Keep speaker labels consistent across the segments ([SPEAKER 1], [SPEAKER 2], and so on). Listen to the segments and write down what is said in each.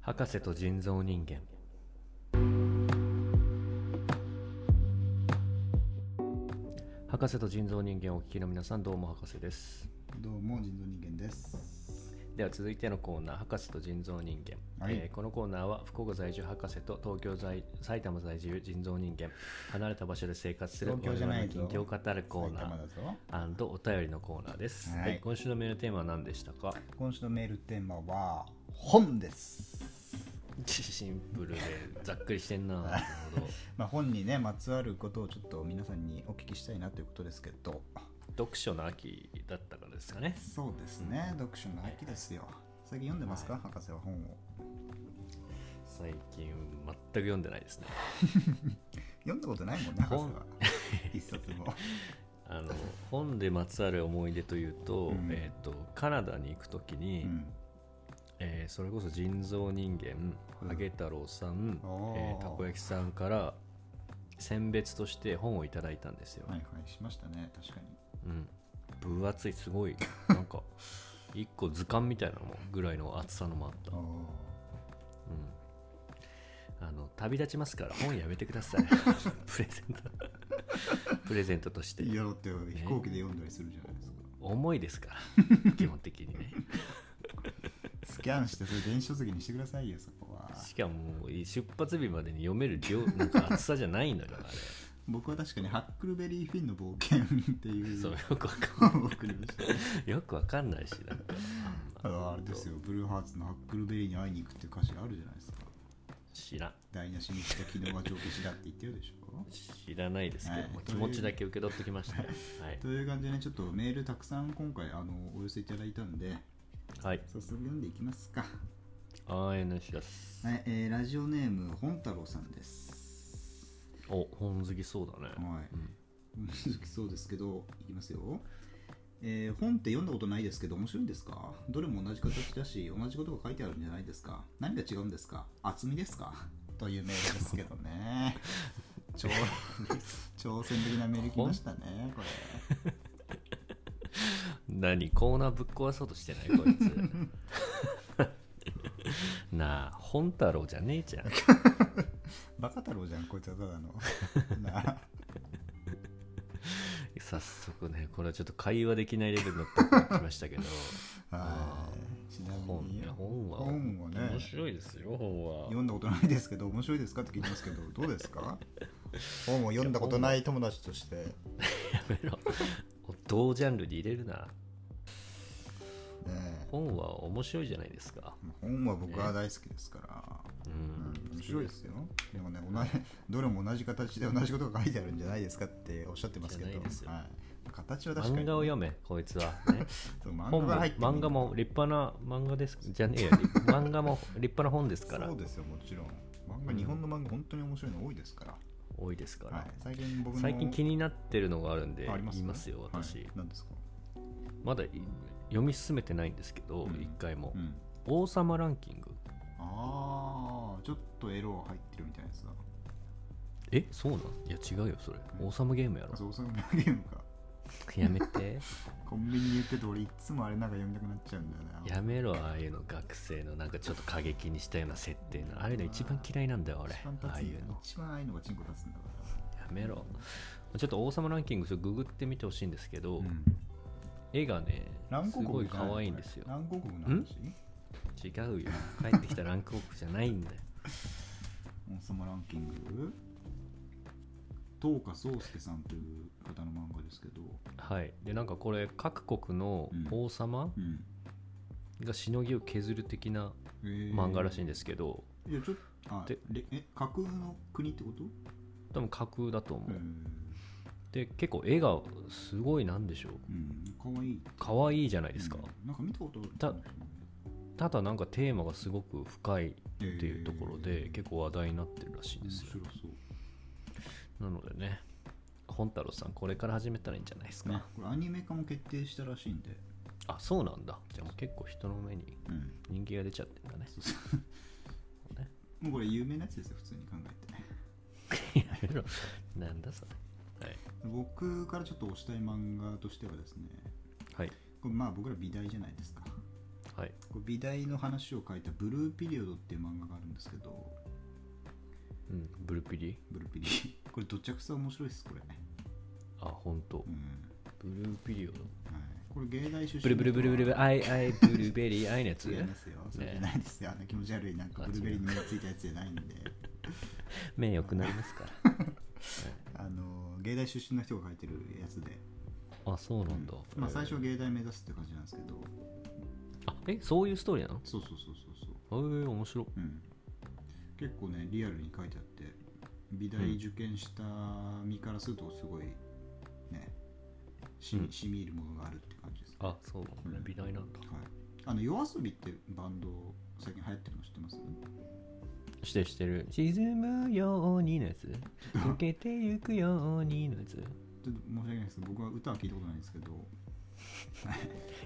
[SPEAKER 1] 博士と人造人間博士と人造人間をお聞きの皆さんどうも博士です
[SPEAKER 2] どうも人造人間です。
[SPEAKER 1] では続いてのコーナー博士と人造人間、
[SPEAKER 2] はい
[SPEAKER 1] えーこのコーナーは福岡在住博士と東京在埼玉在住人造人間離れた場所で生活する
[SPEAKER 2] 東京じゃないぞ
[SPEAKER 1] 我々の近況を語るコーナ
[SPEAKER 2] 埼
[SPEAKER 1] ー
[SPEAKER 2] 玉だぞ。
[SPEAKER 1] アンドお便りのコーナーです、
[SPEAKER 2] はい
[SPEAKER 1] はい今週のメールテーマは何でしたか
[SPEAKER 2] 今週のメールテーマは本です。
[SPEAKER 1] シンプルでざっくりしてんななる ほど
[SPEAKER 2] まあ本にねまつわることをちょっと皆さんにお聞きしたいなということですけど。
[SPEAKER 1] 読書の秋だったからですかね
[SPEAKER 2] そうですね。読書の秋ですよ。最近読んでますか、博士は本を。
[SPEAKER 1] 最近全く読んでないですね
[SPEAKER 2] 読んだことないもんね博士
[SPEAKER 1] 本
[SPEAKER 2] は。一冊 も。
[SPEAKER 1] あ の本でまつわる思い出というと,、
[SPEAKER 2] うん
[SPEAKER 1] えー、とカナダに行く時に、
[SPEAKER 2] うん。
[SPEAKER 1] えーそれこそ人造人
[SPEAKER 2] う
[SPEAKER 1] 間
[SPEAKER 2] ん
[SPEAKER 1] ハゲ太郎さん、
[SPEAKER 2] おー
[SPEAKER 1] えーたこ焼きさんから選別として本をいただいたんですよ、
[SPEAKER 2] はいはいしましたね確かに。
[SPEAKER 1] うん、分厚いすごいなん か一個図鑑みたいなのもぐらいの厚さのもあった、
[SPEAKER 2] お
[SPEAKER 1] うん、あの旅立ちますから本やめてくださ いプレゼントプレゼントとして
[SPEAKER 2] ーいやだって飛行機で読んだりするじゃないですか。
[SPEAKER 1] 重いですから 基本的にね
[SPEAKER 2] スキャンしてそれ電子書籍にしてくださいよそこは。
[SPEAKER 1] しかも出発日までに読める量なんか厚さじゃないのよあ
[SPEAKER 2] 僕は確かにハックルベリーフィンの冒険ってい
[SPEAKER 1] れ
[SPEAKER 2] う。
[SPEAKER 1] そうよくわか
[SPEAKER 2] 本を送りました。
[SPEAKER 1] んよくわかんないしなんか
[SPEAKER 2] あのあれですよ、ブルーハーツのハックルベリーに会いに行くっていう歌詞があるじゃないですか。
[SPEAKER 1] 知らん
[SPEAKER 2] 台無しにした昨日は上下しだって言ってるでしょ。
[SPEAKER 1] 知らないですけども、
[SPEAKER 2] はい
[SPEAKER 1] 気持ちだけ受け取ってきましたねはい
[SPEAKER 2] という感じでね、ちょっとメールたくさん今回あのお寄せいただいたんで、
[SPEAKER 1] はい
[SPEAKER 2] 早速読んでいきますか。
[SPEAKER 1] RN 知らす
[SPEAKER 2] はい、えーラジオネーム、本太郎さんです。
[SPEAKER 1] お本好きそうだね、
[SPEAKER 2] は
[SPEAKER 1] う
[SPEAKER 2] い。
[SPEAKER 1] ん
[SPEAKER 2] 続きそうですけど、いきますよ。えー本って読んだことないですけど面白いんですかどれも同じ形だし同じことが書いてあるんじゃないですか何が違うんですか厚みですかというメールですけど ね超 挑戦的なメール来ましたねこれ
[SPEAKER 1] 何コーナーぶっ壊そうとして ないこいつ なあ本太郎じゃねえじゃん
[SPEAKER 2] バカ太郎じゃんこいつはた だのな
[SPEAKER 1] 早速ねこれはちょっと会話できないレベルのとこに来ましたけど
[SPEAKER 2] あは
[SPEAKER 1] あ
[SPEAKER 2] いちなみ
[SPEAKER 1] 本
[SPEAKER 2] に
[SPEAKER 1] ね本は
[SPEAKER 2] 本はね
[SPEAKER 1] 面白いですよ本は
[SPEAKER 2] 読んだことないですけど面白いですかって聞いてますけどどうですか本を読んだことない友達として
[SPEAKER 1] やめろ同ジャンルに入れるな
[SPEAKER 2] ね
[SPEAKER 1] 本は面白いじゃないですか、
[SPEAKER 2] 本は僕は大好きですから、
[SPEAKER 1] うん
[SPEAKER 2] うん、面白いですよ。でもね、同じどれも同じ形で同じことが書いてあるんじゃないですかっておっしゃってますけど、
[SPEAKER 1] じゃないですよ
[SPEAKER 2] はい、形は確かに、
[SPEAKER 1] 漫画を読めこいつは、ね、
[SPEAKER 2] そう 漫画
[SPEAKER 1] 本も
[SPEAKER 2] が入ってる
[SPEAKER 1] 漫画も立派な漫画ですじゃねえより漫画も立派な本ですから
[SPEAKER 2] そうですよ、もちろん。漫画、日本の漫画、本当に面白いの多いですから。
[SPEAKER 1] 多いですから、
[SPEAKER 2] はい、最近僕の
[SPEAKER 1] 最近気になってるのがあるんで
[SPEAKER 2] あります
[SPEAKER 1] 言いますよ私、
[SPEAKER 2] はい何ですか、
[SPEAKER 1] まだい読み進めてないんですけど、
[SPEAKER 2] うん
[SPEAKER 1] 一回も、
[SPEAKER 2] うん、
[SPEAKER 1] 王様ランキング
[SPEAKER 2] ああ、ちょっとエロ入ってるみたいなやつだ。
[SPEAKER 1] えそうなんいや違うよそれ
[SPEAKER 2] え
[SPEAKER 1] 王様ゲームやろ
[SPEAKER 2] あそう、そういうゲームか。
[SPEAKER 1] やめ て
[SPEAKER 2] コンビニに売ってて、俺いつもあれなんか読みたくなっちゃうんだよな。
[SPEAKER 1] やめろああいうの学生のなんかちょっと過激にしたような設定のああいうの一番嫌いなんだよ俺
[SPEAKER 2] 一番立つん
[SPEAKER 1] あ
[SPEAKER 2] だ
[SPEAKER 1] あいうの
[SPEAKER 2] 一番ああいうのがチンコ立つんだか
[SPEAKER 1] やめろちょっと王様ランキングちょっとググってみてほしいんですけど、
[SPEAKER 2] ら。うん
[SPEAKER 1] 絵がね
[SPEAKER 2] 何
[SPEAKER 1] す
[SPEAKER 2] 個
[SPEAKER 1] ご
[SPEAKER 2] 国
[SPEAKER 1] い
[SPEAKER 2] じゃな
[SPEAKER 1] 可愛いん
[SPEAKER 2] これ
[SPEAKER 1] ですよ
[SPEAKER 2] 何個国の話
[SPEAKER 1] 違うよ帰ってきたランクオフじゃないんだよ
[SPEAKER 2] 王様ランキング東花宗介さんという方の漫画ですけど、
[SPEAKER 1] はいでなんかこれ各国の王様
[SPEAKER 2] うん
[SPEAKER 1] がしのぎを削る的な
[SPEAKER 2] えー
[SPEAKER 1] 漫画らしいんですけど、
[SPEAKER 2] いやちょっとあ
[SPEAKER 1] で
[SPEAKER 2] れえ架空の国ってこと、
[SPEAKER 1] 多分架空だと思う、
[SPEAKER 2] うん
[SPEAKER 1] で結構絵がすごいなんでしょう
[SPEAKER 2] うん、かわいい
[SPEAKER 1] 可愛いじゃないですか、
[SPEAKER 2] うんなんか見たことある
[SPEAKER 1] たただなんかテーマがすごく深い
[SPEAKER 2] て
[SPEAKER 1] っていうところで結構話題になってるらしいで
[SPEAKER 2] 面
[SPEAKER 1] す
[SPEAKER 2] 白
[SPEAKER 1] よ
[SPEAKER 2] そう
[SPEAKER 1] なのでね本太郎さんこれから始めたらいいんじゃないですか、
[SPEAKER 2] ねこれアニメ化も決定したらしいんで、
[SPEAKER 1] あそうなんだじゃあもう結構人の目に
[SPEAKER 2] うん、
[SPEAKER 1] 人気が出ちゃってん だね
[SPEAKER 2] そうそう
[SPEAKER 1] ね
[SPEAKER 2] もうこれ有名なやつですよ普通に考えて
[SPEAKER 1] やめろなんだそれはい、
[SPEAKER 2] 僕からちょっと推したい漫画としてはですね
[SPEAKER 1] はい、
[SPEAKER 2] これまあ僕ら美大じゃないですか
[SPEAKER 1] はい
[SPEAKER 2] こう美大の話を書いた「ブルーピリオド」っていう漫画があるんですけど
[SPEAKER 1] うんブルピリ
[SPEAKER 2] ブルーピリ これどちゃくさ面白いですこれ、
[SPEAKER 1] あ本当
[SPEAKER 2] うん
[SPEAKER 1] ブルーピリオド
[SPEAKER 2] はい、これ芸大出身
[SPEAKER 1] ブルブルブルブルブルアイアイブルーベリーアイのやつ
[SPEAKER 2] 違いますよそれじゃないですよ、あの気持ち悪いなんか
[SPEAKER 1] あ
[SPEAKER 2] ブルーベリーに目ついたやつじゃないんで
[SPEAKER 1] 名誉くなりますから
[SPEAKER 2] あの芸大出身の人が書いてるやつで、
[SPEAKER 1] あそうなんだ、
[SPEAKER 2] まあ、最初は芸大目指すって感じなんですけど
[SPEAKER 1] あえそういうストーリーなの
[SPEAKER 2] そうそうそうそうそう
[SPEAKER 1] えー、面白
[SPEAKER 2] うん、結構ねリアルに書いてあって美大受験した身からするとすごいねし,、
[SPEAKER 1] うん
[SPEAKER 2] しみ入るものがあるって感じです、
[SPEAKER 1] あそう
[SPEAKER 2] うん
[SPEAKER 1] 美大なんだ
[SPEAKER 2] はい、あの夜遊びってバンド最近流行ってるの知ってます
[SPEAKER 1] してしてる沈むようにのやつ溶けてゆくようにのやつ
[SPEAKER 2] ちょっと申し訳ないですけど僕は歌は聞いたことないんです けど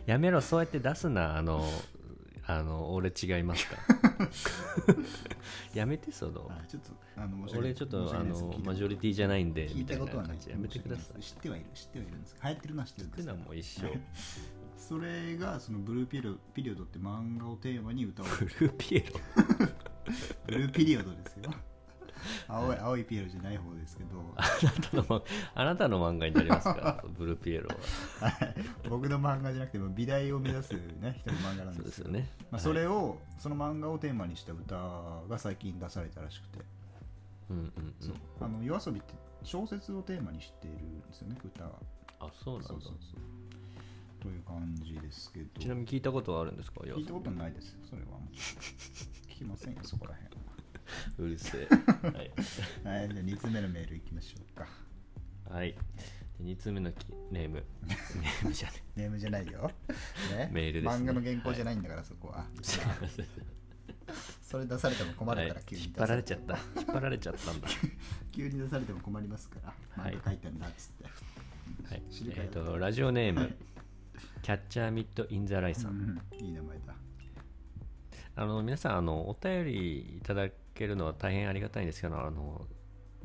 [SPEAKER 1] やめろそうやって出すなあのあの俺違いますか やめてその
[SPEAKER 2] あちょっとあの申し訳ない
[SPEAKER 1] 俺ちょっと
[SPEAKER 2] 申し
[SPEAKER 1] あ
[SPEAKER 2] 訳ないです
[SPEAKER 1] のマジョリ
[SPEAKER 2] 聞い
[SPEAKER 1] ティじゃないんでみた
[SPEAKER 2] た
[SPEAKER 1] い
[SPEAKER 2] こ
[SPEAKER 1] な
[SPEAKER 2] とは聞いたことはない
[SPEAKER 1] 感じやめてください
[SPEAKER 2] 申し訳ないです知ってはいる知ってはいるんです流行ってるのは知ってる
[SPEAKER 1] 聞
[SPEAKER 2] んで
[SPEAKER 1] く
[SPEAKER 2] すけ
[SPEAKER 1] の
[SPEAKER 2] ど
[SPEAKER 1] もう一緒
[SPEAKER 2] それがそのブルーピリオピリオドって漫画をテーマに歌を
[SPEAKER 1] ブルーピエロ
[SPEAKER 2] ブルーピリオドですよ。青い青いピエロじゃない方ですけど、
[SPEAKER 1] あなたの 漫あなたの漫画になりますからブルーピエロは
[SPEAKER 2] 僕の漫画じゃなくても美大を目指す、ね、人の漫画なん
[SPEAKER 1] そう
[SPEAKER 2] で
[SPEAKER 1] ですす
[SPEAKER 2] け
[SPEAKER 1] よ
[SPEAKER 2] ど、
[SPEAKER 1] ね
[SPEAKER 2] まあ、それを、その漫画をテーマにした歌が最近出されたらしくて、
[SPEAKER 1] うんうんう
[SPEAKER 2] そうんあの夜遊びって小説をテーマにしているんですよね、歌は。
[SPEAKER 1] あそうなんだ
[SPEAKER 2] そうそうそう。という感じですけど、
[SPEAKER 1] ちなみに聞いたことはあるんですか
[SPEAKER 2] 聞いたことないですよ、それはもう。聞きませんよ、そこら辺は。
[SPEAKER 1] うるせえはい
[SPEAKER 2] はい、じゃあ2つ目のメールいきましょうか。
[SPEAKER 1] はい。で2つ目のきネー ム。ネームじゃね
[SPEAKER 2] ネームじゃないよ。ね、
[SPEAKER 1] メールですね
[SPEAKER 2] 漫画の原稿じゃないんだから、そこは。
[SPEAKER 1] え。すいません
[SPEAKER 2] それ出されても困るから、
[SPEAKER 1] はい
[SPEAKER 2] 急に
[SPEAKER 1] 引っ
[SPEAKER 2] 出
[SPEAKER 1] 張
[SPEAKER 2] さ
[SPEAKER 1] ら
[SPEAKER 2] れ
[SPEAKER 1] れちゃった。引っ張られちゃったん だ。
[SPEAKER 2] 急に出されても困りますから、
[SPEAKER 1] はい
[SPEAKER 2] 漫画書いてんだっつって。
[SPEAKER 1] はい
[SPEAKER 2] 知り。たい
[SPEAKER 1] えっ、と、ラジオネーム。キャッチャーミッド・イン・ザ・ライさ。
[SPEAKER 2] うんんいい名前だ。
[SPEAKER 1] あの、皆さん、あの、お便りいただけるのは大変ありがたいんですけど、あの、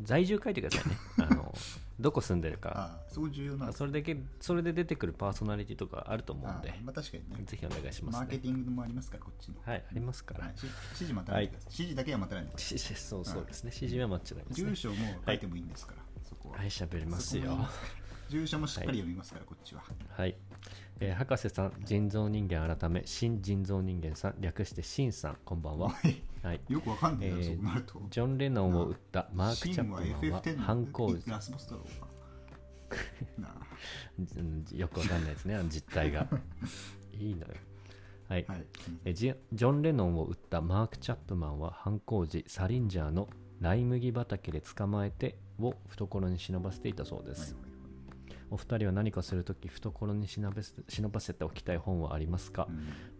[SPEAKER 1] 在住書いてくださいね。あの、どこ住んでるか。
[SPEAKER 2] ああ、そこ重要なんだ
[SPEAKER 1] それだけ、それで出てくるパーソナリティとかあると思うんで
[SPEAKER 2] ああ、まあ確かにね。
[SPEAKER 1] ぜひお願いしま
[SPEAKER 2] マ
[SPEAKER 1] す
[SPEAKER 2] ーケ
[SPEAKER 1] ね。
[SPEAKER 2] ティングもありますから、こっちの。
[SPEAKER 1] はい、ありますから。
[SPEAKER 2] はいし指示待たないでください。指示だけは待たないでくださ
[SPEAKER 1] ししそうそうですね。指示は待っちゃダメ
[SPEAKER 2] い。
[SPEAKER 1] ですね
[SPEAKER 2] 住。所も書いてもいいんですから、そこは。
[SPEAKER 1] はい、喋ります
[SPEAKER 2] そこもいい
[SPEAKER 1] よ
[SPEAKER 2] で。すから住所もしっかり読みますから、こっちは。
[SPEAKER 1] はい、えー博士さん人造人間改め新人造人間さん略してシンさんこんばんは、はい、
[SPEAKER 2] よくわかんない
[SPEAKER 1] え
[SPEAKER 2] よ、
[SPEAKER 1] ー
[SPEAKER 2] そうなると。
[SPEAKER 1] ジョン・レノンを撃ったマーク・チャ
[SPEAKER 2] シン
[SPEAKER 1] ップ
[SPEAKER 2] は
[SPEAKER 1] マンは
[SPEAKER 2] FF10 の
[SPEAKER 1] 犯行
[SPEAKER 2] ラスボスだろう か。なあ
[SPEAKER 1] うんよくわかんないですねあの実態 がいいのよはい、
[SPEAKER 2] はい。
[SPEAKER 1] えージジョン・レノンを撃ったマーク・チャップマンは犯行時サリンジャーのライ麦畑で捕まえてを懐に忍ばせていたそうです、
[SPEAKER 2] はいはいはい
[SPEAKER 1] お二人は何かするとき懐に忍べ忍ばせておきたい本はありますか、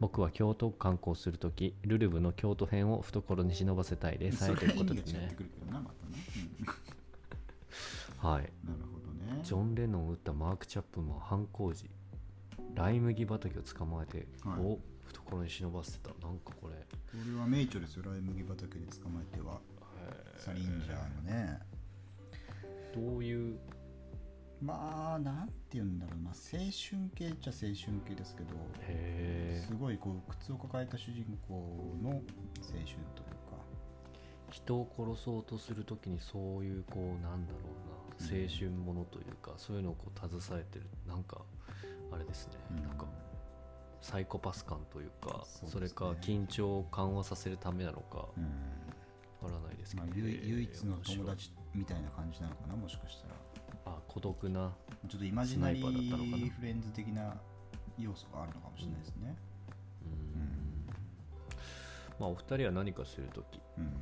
[SPEAKER 1] 僕は京都を観光するとき、ルルブの京都編を懐に忍ばせたいです。はい、ということで
[SPEAKER 2] それは意味が違って
[SPEAKER 1] ね。
[SPEAKER 2] くるけどな、またね。
[SPEAKER 1] はい。
[SPEAKER 2] うんなるほどね。
[SPEAKER 1] ジョン・レノンを撃ったマーク・チャップマン犯行時、ライ麦畑を捕まえて、
[SPEAKER 2] はい
[SPEAKER 1] を懐に忍ばせてた。なんかこれ、
[SPEAKER 2] これは名著ですよ、ライ麦畑で捕まえては。サリンジャーのね。
[SPEAKER 1] どういう、
[SPEAKER 2] まあ、なんて言うんだろうな、青春系っちゃ青春系ですけど、
[SPEAKER 1] へ
[SPEAKER 2] す
[SPEAKER 1] ー
[SPEAKER 2] ごいこう、靴を抱えた主人公の青春というか、
[SPEAKER 1] 人を殺そうとするときにそういうこうなんだろうな
[SPEAKER 2] うん
[SPEAKER 1] 青春ものというか、そういうのをこう携えてるなんかあれですね、
[SPEAKER 2] うん
[SPEAKER 1] なんかサイコパス感というかそ,、
[SPEAKER 2] そうで
[SPEAKER 1] れ
[SPEAKER 2] すね
[SPEAKER 1] か緊張を緩和させるためなのかわ
[SPEAKER 2] うん
[SPEAKER 1] からないですけ
[SPEAKER 2] まあ
[SPEAKER 1] ど、、
[SPEAKER 2] ゆ
[SPEAKER 1] えー
[SPEAKER 2] 唯一の友
[SPEAKER 1] 面白い
[SPEAKER 2] 達みたいな感じなのかな、もしかしたら。
[SPEAKER 1] あ孤独な
[SPEAKER 2] ちょっとイマジナリ
[SPEAKER 1] スナイパーだったのか
[SPEAKER 2] ー
[SPEAKER 1] な
[SPEAKER 2] フレンズ的な要素があるのかもしれないですね。
[SPEAKER 1] うんまあお二人は何かするとき
[SPEAKER 2] うん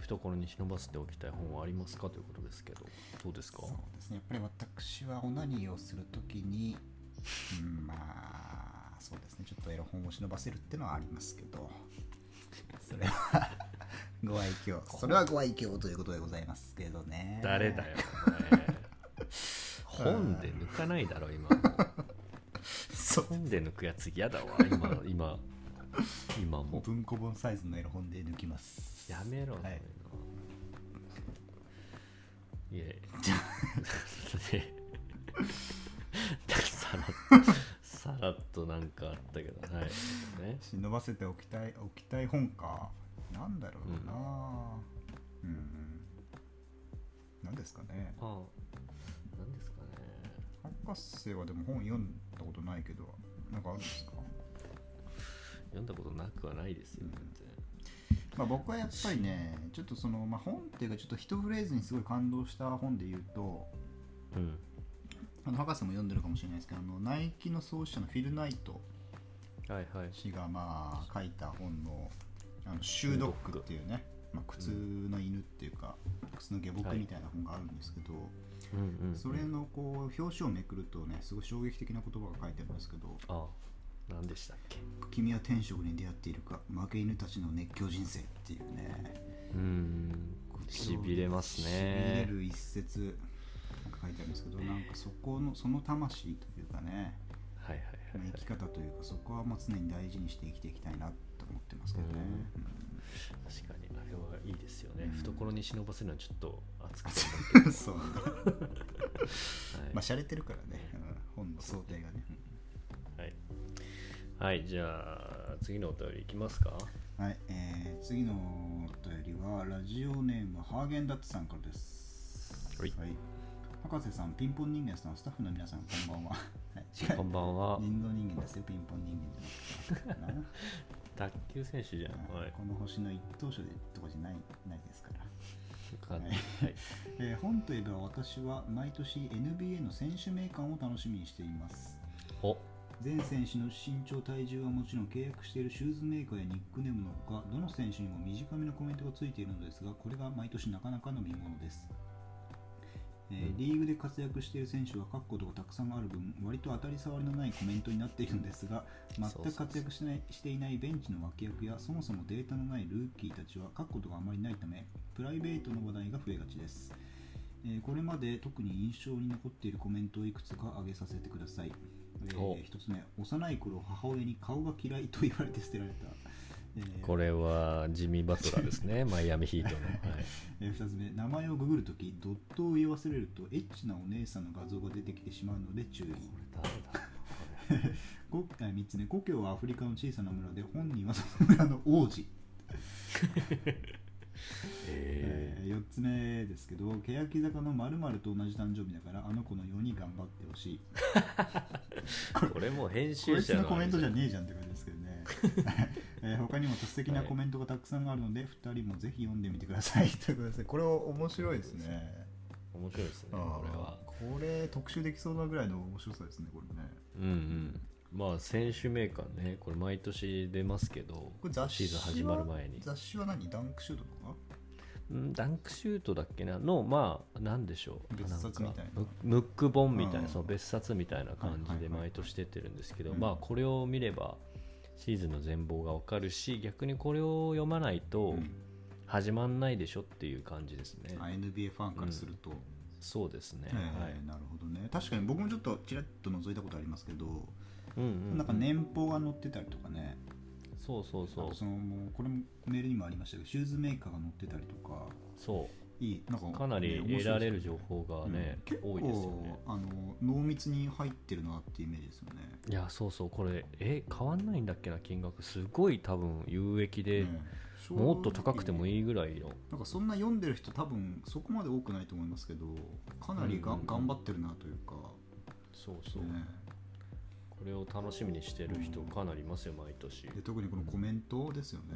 [SPEAKER 1] 懐に忍ばせておきたい本はありますかということですけどどうですか
[SPEAKER 2] そうですねやっぱり私はオナニーをするときに、うん、まあそうですねちょっとエロ本を忍ばせるってのはありますけどそれはご愛 嬌それはご愛嬌ということでございますけどね
[SPEAKER 1] 誰だよ お前本で抜かないだろ今もう
[SPEAKER 2] そう
[SPEAKER 1] 本で抜くやつ嫌だわ 今今今
[SPEAKER 2] もう
[SPEAKER 1] も
[SPEAKER 2] 文庫本サイズのエロ本で抜きます
[SPEAKER 1] やめろ、
[SPEAKER 2] はい
[SPEAKER 1] そういうのいや いやねさらっとさらっとなんかあったけど、はい。ね、
[SPEAKER 2] 忍ばせておきたいおきたい本かなんだろうなうん、なんですかね
[SPEAKER 1] ああ、なんですかね。
[SPEAKER 2] 博士はでも本読んだことないけどなんかあるんですか、
[SPEAKER 1] 読んだことなくはないですよ、全然。
[SPEAKER 2] まあ、僕はやっぱりねちょっとその、まあ、本っていうかちょっと一フレーズにすごい感動した本で言うと
[SPEAKER 1] うん。
[SPEAKER 2] あの博士も読んでるかもしれないですけどあのナイキの創始者のフィル・ナイト
[SPEAKER 1] はいはい。
[SPEAKER 2] 氏がまあ書いた本の「あのシュードック」っていうね、まあ、靴の犬っていうか、靴の下僕みたいな本があるんですけど、
[SPEAKER 1] うんうん、うん。
[SPEAKER 2] それのこう表紙をめくるとねすごい衝撃的な言葉が書いてあるんですけど
[SPEAKER 1] ああ、なんでしたっけ。
[SPEAKER 2] 「君は天職に出会っているか負け犬たちの熱狂人生」っていうね
[SPEAKER 1] うん。しびれます
[SPEAKER 2] し
[SPEAKER 1] ね
[SPEAKER 2] び。れる一節なんか書いてあるんですけどなんかそこのその魂というかね
[SPEAKER 1] はいはいは
[SPEAKER 2] まあ
[SPEAKER 1] い、は
[SPEAKER 2] 生
[SPEAKER 1] い
[SPEAKER 2] き。方というかそこはもう常に大事にして生きていきたいなと思ってますけどね。
[SPEAKER 1] う
[SPEAKER 2] うん
[SPEAKER 1] 確かにあれはいいですよ
[SPEAKER 2] う
[SPEAKER 1] ね
[SPEAKER 2] ん。
[SPEAKER 1] 懐に忍ばせるのはちょっと熱 くて。
[SPEAKER 2] そうね
[SPEAKER 1] はい
[SPEAKER 2] まあ洒落てるからね、うん本の想定がね、
[SPEAKER 1] はい。はい、じゃあ次のお便りいきますか。
[SPEAKER 2] はい、えー次のお便りはラジオネームハーゲンダッツさんからです
[SPEAKER 1] はい
[SPEAKER 2] 博士さんピンポン人間さんスタッフの皆さんこんばんははい違
[SPEAKER 1] こ
[SPEAKER 2] うん
[SPEAKER 1] ばんは。
[SPEAKER 2] 人造人間ですよピンポン人間じゃなくて
[SPEAKER 1] 卓球選手じゃん。
[SPEAKER 2] な
[SPEAKER 1] はい。
[SPEAKER 2] この星の一等賞でとかじゃないないですから
[SPEAKER 1] はい。
[SPEAKER 2] は
[SPEAKER 1] はいい。
[SPEAKER 2] えー本といえば私は毎年 NBA の選手名鑑を楽しみにしています
[SPEAKER 1] お。
[SPEAKER 2] 全選手の身長、体重はもちろん契約しているシューズメーカーやニックネームのほか、どの選手にも短めのコメントがついているのですが、これが毎年なかなかの見ものです。えー
[SPEAKER 1] うん
[SPEAKER 2] リーグで活躍している選手は書くことがたくさんある分、割と当たり障りのないコメントになっているんですが、全
[SPEAKER 1] そうそう
[SPEAKER 2] く
[SPEAKER 1] そう
[SPEAKER 2] 活躍しないしていないベンチの脇役や、そもそもデータのないルーキーたちは書くことがあまりないため、プライベートの話題が増えがちです。えーこれまで特に印象に残っているコメントをいくつか挙げさせてください。えー
[SPEAKER 1] お
[SPEAKER 2] 一つ目、幼い頃母親に顔が嫌いと言われて捨てられた。えー
[SPEAKER 1] これはジミー・バトラーです ね、マイアミヒートの。はい、
[SPEAKER 2] えー二つ目、名前をググるとき、ドットを言わせれるとエッチなお姉さんの画像が出てきてしまうので注意。
[SPEAKER 1] これ誰だ
[SPEAKER 2] ごえー三つ目、故郷はアフリカの小さな村で本人はその村の王子。え
[SPEAKER 1] え
[SPEAKER 2] 4つ目ですけど、欅坂の〇〇と同じ誕生日だから、あの子のように頑張ってほしい。
[SPEAKER 1] ー、これもう編
[SPEAKER 2] こ
[SPEAKER 1] 集
[SPEAKER 2] いつ
[SPEAKER 1] 者
[SPEAKER 2] の
[SPEAKER 1] の
[SPEAKER 2] コ
[SPEAKER 1] あ
[SPEAKER 2] メ
[SPEAKER 1] れ
[SPEAKER 2] ン
[SPEAKER 1] じ
[SPEAKER 2] ト
[SPEAKER 1] ゃん
[SPEAKER 2] じゃねえじゃんって感じですけどね、 えー他にも素敵なコメントがたくさんあるので、二人もぜひ読んでみてくださいということですねこれ面白いですね
[SPEAKER 1] 面白いですね、
[SPEAKER 2] あー
[SPEAKER 1] これは。
[SPEAKER 2] これ特集できそうなぐらいの面白さですねこれね
[SPEAKER 1] うんうん。まあ、選手名鑑ね、これ毎年出ますけど、
[SPEAKER 2] これ雑誌
[SPEAKER 1] シ
[SPEAKER 2] は
[SPEAKER 1] ーズン始まる前に。
[SPEAKER 2] 雑誌は何ダンクシュートとか
[SPEAKER 1] うんダンクシュートだっけなの、まあ、なんでしょう、
[SPEAKER 2] 別冊みたいなん
[SPEAKER 1] かムムック本みたい
[SPEAKER 2] うん
[SPEAKER 1] な、その別冊みたいな感
[SPEAKER 2] は
[SPEAKER 1] じ
[SPEAKER 2] いはい
[SPEAKER 1] で
[SPEAKER 2] はい
[SPEAKER 1] 毎年出てるんですけど、
[SPEAKER 2] うん
[SPEAKER 1] まあ、これを見れば、シーズンの全貌がわかるし、逆にこれを読まないと
[SPEAKER 2] うん
[SPEAKER 1] 始まんないでしょっていう感じですね。
[SPEAKER 2] あ NBA ファンからすると、
[SPEAKER 1] そうですね。
[SPEAKER 2] えー
[SPEAKER 1] はい。
[SPEAKER 2] なるほどね確かに僕もちょっとちらっと覗いたことありますけど、
[SPEAKER 1] うんうんうん
[SPEAKER 2] なんか年俸が載ってたりとかね
[SPEAKER 1] そうそう
[SPEAKER 2] あ
[SPEAKER 1] そう
[SPEAKER 2] と。そのもうこれもメールにもありましたけどシューズメーカーが載ってたりとか
[SPEAKER 1] そ
[SPEAKER 2] いいなんか
[SPEAKER 1] う。かな
[SPEAKER 2] ね
[SPEAKER 1] り
[SPEAKER 2] 面白い
[SPEAKER 1] 得られる
[SPEAKER 2] ですよ
[SPEAKER 1] 情
[SPEAKER 2] ね
[SPEAKER 1] 報がね、
[SPEAKER 2] 結構
[SPEAKER 1] 多いですよね。
[SPEAKER 2] あの濃密に入ってるなっていうイメージですよね。
[SPEAKER 1] いや、そうそう。これ、え、変わんないんだっけな、金額。すごい多分有益で、
[SPEAKER 2] ね
[SPEAKER 1] もっと高くても
[SPEAKER 2] 正直
[SPEAKER 1] いいぐらいよ。
[SPEAKER 2] なんかそんな読んでる人多分そこまで多くないと思いますけどかなりが、
[SPEAKER 1] うんうんうん
[SPEAKER 2] 頑張ってるなというか、
[SPEAKER 1] そうそう。
[SPEAKER 2] ね
[SPEAKER 1] これを楽しみにしてる人かなりいますよ、毎年。
[SPEAKER 2] で特にこのコメントですよね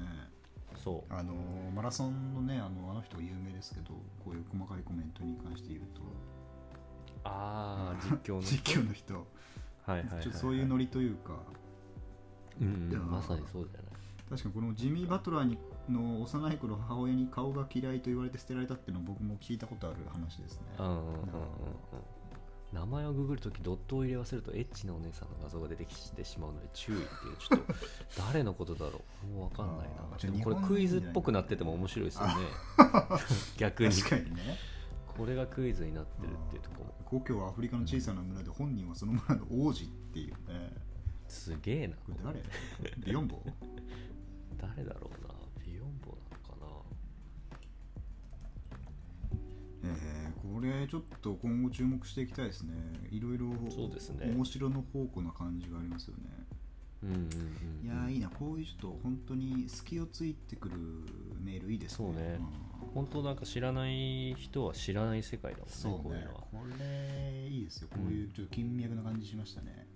[SPEAKER 1] そう。
[SPEAKER 2] あのマラソンのねあのあの人が有名ですけどこういう細かいコメントに関して言うと
[SPEAKER 1] ああ、実況の。
[SPEAKER 2] 実況の人、
[SPEAKER 1] はいはいはい、はい。
[SPEAKER 2] ちょっとそういうノリというか
[SPEAKER 1] うん、
[SPEAKER 2] い
[SPEAKER 1] うん、
[SPEAKER 2] や
[SPEAKER 1] まさにそうじゃない。
[SPEAKER 2] 確かにこのジミー・バトラーにの幼い頃母親に顔が嫌いと言われて捨てられたっていうのは僕も聞いたことある話ですね。
[SPEAKER 1] うんうんうんうんうん。名前をググるときドットを入れ忘れるとエッチなお姉さんの画像が出てきてしまうので注意っていうちょっと誰のことだろうもう分かんない
[SPEAKER 2] あ
[SPEAKER 1] な
[SPEAKER 2] ーじゃ
[SPEAKER 1] で
[SPEAKER 2] あ
[SPEAKER 1] もこれ
[SPEAKER 2] 日本人
[SPEAKER 1] クイズっぽくなってても面白いです よね逆に
[SPEAKER 2] 確かにね。
[SPEAKER 1] これがクイズになってるっていうとこも
[SPEAKER 2] 故郷はアフリカの小さな村で本人はその村の王子っていうね。
[SPEAKER 1] すげえな
[SPEAKER 2] これ誰ビヨンボ
[SPEAKER 1] 誰だろうなビヨンボなのか
[SPEAKER 2] えー、これちょっと今後注目していきたいですねいろいろ
[SPEAKER 1] そうですね
[SPEAKER 2] 面白の方向な感じがありますよね
[SPEAKER 1] うんうんう
[SPEAKER 2] い
[SPEAKER 1] ん
[SPEAKER 2] や
[SPEAKER 1] うん、
[SPEAKER 2] ーいいなこういうちょっと本当に隙をついてくるメールいいですね
[SPEAKER 1] そうね
[SPEAKER 2] ん
[SPEAKER 1] 本当なんか知らない人は知らない世界だもんね
[SPEAKER 2] そうね
[SPEAKER 1] こういうのは
[SPEAKER 2] これいいですよこういうちょっと金脈な感じしましたね、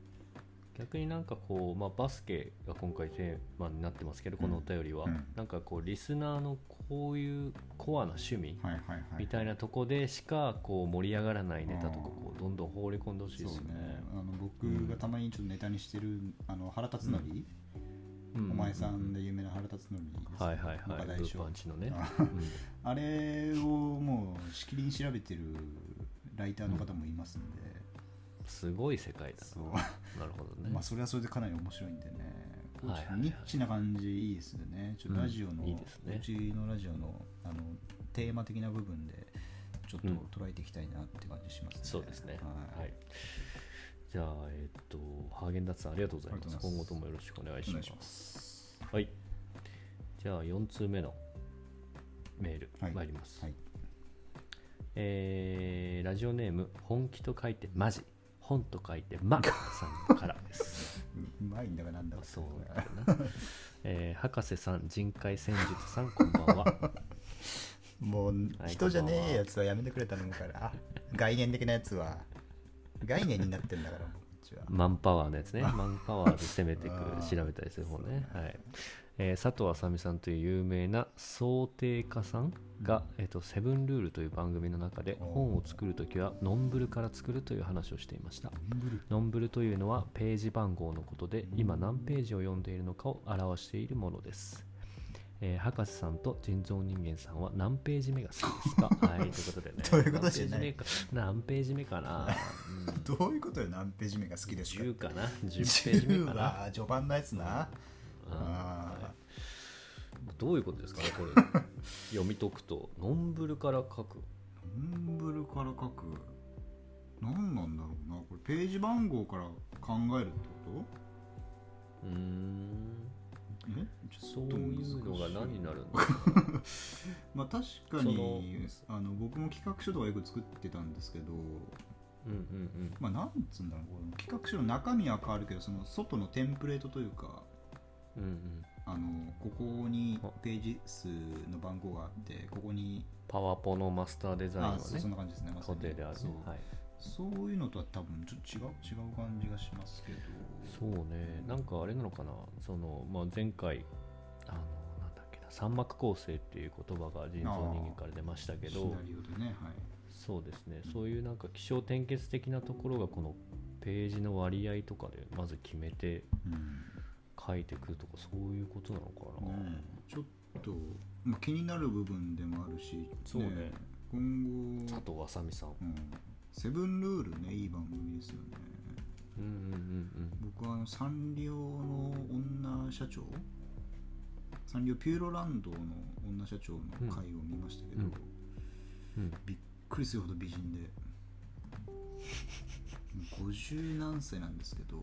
[SPEAKER 1] 逆になんかこう、まあ、バスケが今回テーマになってますけどこのお便りは、
[SPEAKER 2] うん
[SPEAKER 1] なんかこうリスナーのこういうコアな趣味
[SPEAKER 2] はいはいはい
[SPEAKER 1] みたいなとこでしかこう盛り上がらないネタとかこうどんどん放り込んでほしい
[SPEAKER 2] そう
[SPEAKER 1] ですよね
[SPEAKER 2] ねあの僕がたまにちょっとネタにしてるあの原辰徳、
[SPEAKER 1] うん
[SPEAKER 2] お前さんで有名な原辰徳ですね
[SPEAKER 1] はいはい
[SPEAKER 2] 僕
[SPEAKER 1] はい
[SPEAKER 2] 大
[SPEAKER 1] ブ
[SPEAKER 2] 将
[SPEAKER 1] ーパンチのね
[SPEAKER 2] あ
[SPEAKER 1] うん
[SPEAKER 2] あれをもうしきりに調べてるライターの方もいますんで、
[SPEAKER 1] すごい世界だ
[SPEAKER 2] そう
[SPEAKER 1] なるほどね、
[SPEAKER 2] まあそれはそれでかなり面白いんでねこうちょっとニッチな感じいいですよねちょっとラジオの、
[SPEAKER 1] うんいいですね
[SPEAKER 2] うちのラジオのあのテーマ的な部分でちょっと
[SPEAKER 1] うん
[SPEAKER 2] 捉えていきたいなって感じしますね、
[SPEAKER 1] そうですね
[SPEAKER 2] はい、
[SPEAKER 1] はいじゃあえっとハーゲンダッツさんありがとうござい
[SPEAKER 2] あ
[SPEAKER 1] ま
[SPEAKER 2] り
[SPEAKER 1] す
[SPEAKER 2] がとう
[SPEAKER 1] 今
[SPEAKER 2] ございます
[SPEAKER 1] 後ともよろしくお願い
[SPEAKER 2] お
[SPEAKER 1] し
[SPEAKER 2] 願
[SPEAKER 1] ま
[SPEAKER 2] い
[SPEAKER 1] す
[SPEAKER 2] します
[SPEAKER 1] はいじゃあ4通目のメール
[SPEAKER 2] はい
[SPEAKER 1] 参ります、
[SPEAKER 2] はい
[SPEAKER 1] えーラジオネーム本気と書いてマジ本と書いてマさんからです
[SPEAKER 2] うまいんだかなんだか
[SPEAKER 1] そう
[SPEAKER 2] これ
[SPEAKER 1] だよな、えー博士さん人海戦術さんこんばんは
[SPEAKER 2] もう
[SPEAKER 1] はい
[SPEAKER 2] 人じゃね
[SPEAKER 1] こんばん
[SPEAKER 2] え
[SPEAKER 1] は
[SPEAKER 2] やつはやめてくれたのからあ概念的なやつは概念になってんだからもうこっちは
[SPEAKER 1] マンパワーのやつねマンパワーで攻めていく
[SPEAKER 2] あー
[SPEAKER 1] 調べたりする方ね
[SPEAKER 2] そうね
[SPEAKER 1] はいえー佐藤あさみさんという有名な想定家さんが「えーとセブンルール」という番組の中で
[SPEAKER 2] おー
[SPEAKER 1] 本を作るときはノンブルから作るという話をしていましたノンブルというのはページ番号のことで今何ページを読んでいるのかを表しているものです、えー博士さんと人造人間さんは何ページ目が好きですか はいということでね
[SPEAKER 2] どういうことじゃな
[SPEAKER 1] 何ページ目
[SPEAKER 2] い
[SPEAKER 1] か何ページ目かな、うん
[SPEAKER 2] どういうことよ何ページ目が好きですか
[SPEAKER 1] 10かな10ページ目か
[SPEAKER 2] 10
[SPEAKER 1] な
[SPEAKER 2] は序盤のやつな
[SPEAKER 1] うん
[SPEAKER 2] あー
[SPEAKER 1] はいどういうことですかね これ読み解くとノンブルから書く
[SPEAKER 2] ノンブルから書く何なんだろうなこれページ番号から考えるってこ
[SPEAKER 1] うーん
[SPEAKER 2] とえち
[SPEAKER 1] そ
[SPEAKER 2] ょ
[SPEAKER 1] う
[SPEAKER 2] っ
[SPEAKER 1] い
[SPEAKER 2] と難し
[SPEAKER 1] うのが何になるんだろう
[SPEAKER 2] まあ確かにあの僕も企画書とかよく作ってたんですけど
[SPEAKER 1] うんうん
[SPEAKER 2] まあなんつうんだろうこの企画書の中身は変わるけどその外のテンプレートというか
[SPEAKER 1] うんうんうん
[SPEAKER 2] あのここにページ数の番号があってここに
[SPEAKER 1] パワポのマスターデザインは
[SPEAKER 2] あ
[SPEAKER 1] ね
[SPEAKER 2] そうそんな感じですねまさ
[SPEAKER 1] 固定
[SPEAKER 2] に
[SPEAKER 1] であるね
[SPEAKER 2] そう
[SPEAKER 1] はい、
[SPEAKER 2] そういうのとは多分ちょっと違う違う感じがしますけど
[SPEAKER 1] そうねなんかあれなのかなその、まあ、前回あのなんだっけな三幕構成っていう言葉が人造人間から出ましたけ
[SPEAKER 2] シ
[SPEAKER 1] ど
[SPEAKER 2] ナリオでねはい
[SPEAKER 1] そうですねそういうなんか気象転結的なところがこのページの割合とかでまず決めて
[SPEAKER 2] うん
[SPEAKER 1] 書いてくるとかそういうことなのかな、
[SPEAKER 2] ねえちょっと、まあ、気になる部分でもあるし、
[SPEAKER 1] そうね
[SPEAKER 2] え今
[SPEAKER 1] 佐
[SPEAKER 2] 後、
[SPEAKER 1] 藤あさみさん
[SPEAKER 2] うん、セブンルールね、いい番組ですよね。
[SPEAKER 1] うんうんうん
[SPEAKER 2] 僕はあのサンリオの女社長、サンリオピューロランドの女社長の回を見ましたけど、
[SPEAKER 1] うんうんうん
[SPEAKER 2] びっくりするほど美人で、 もう50何歳なんですけど、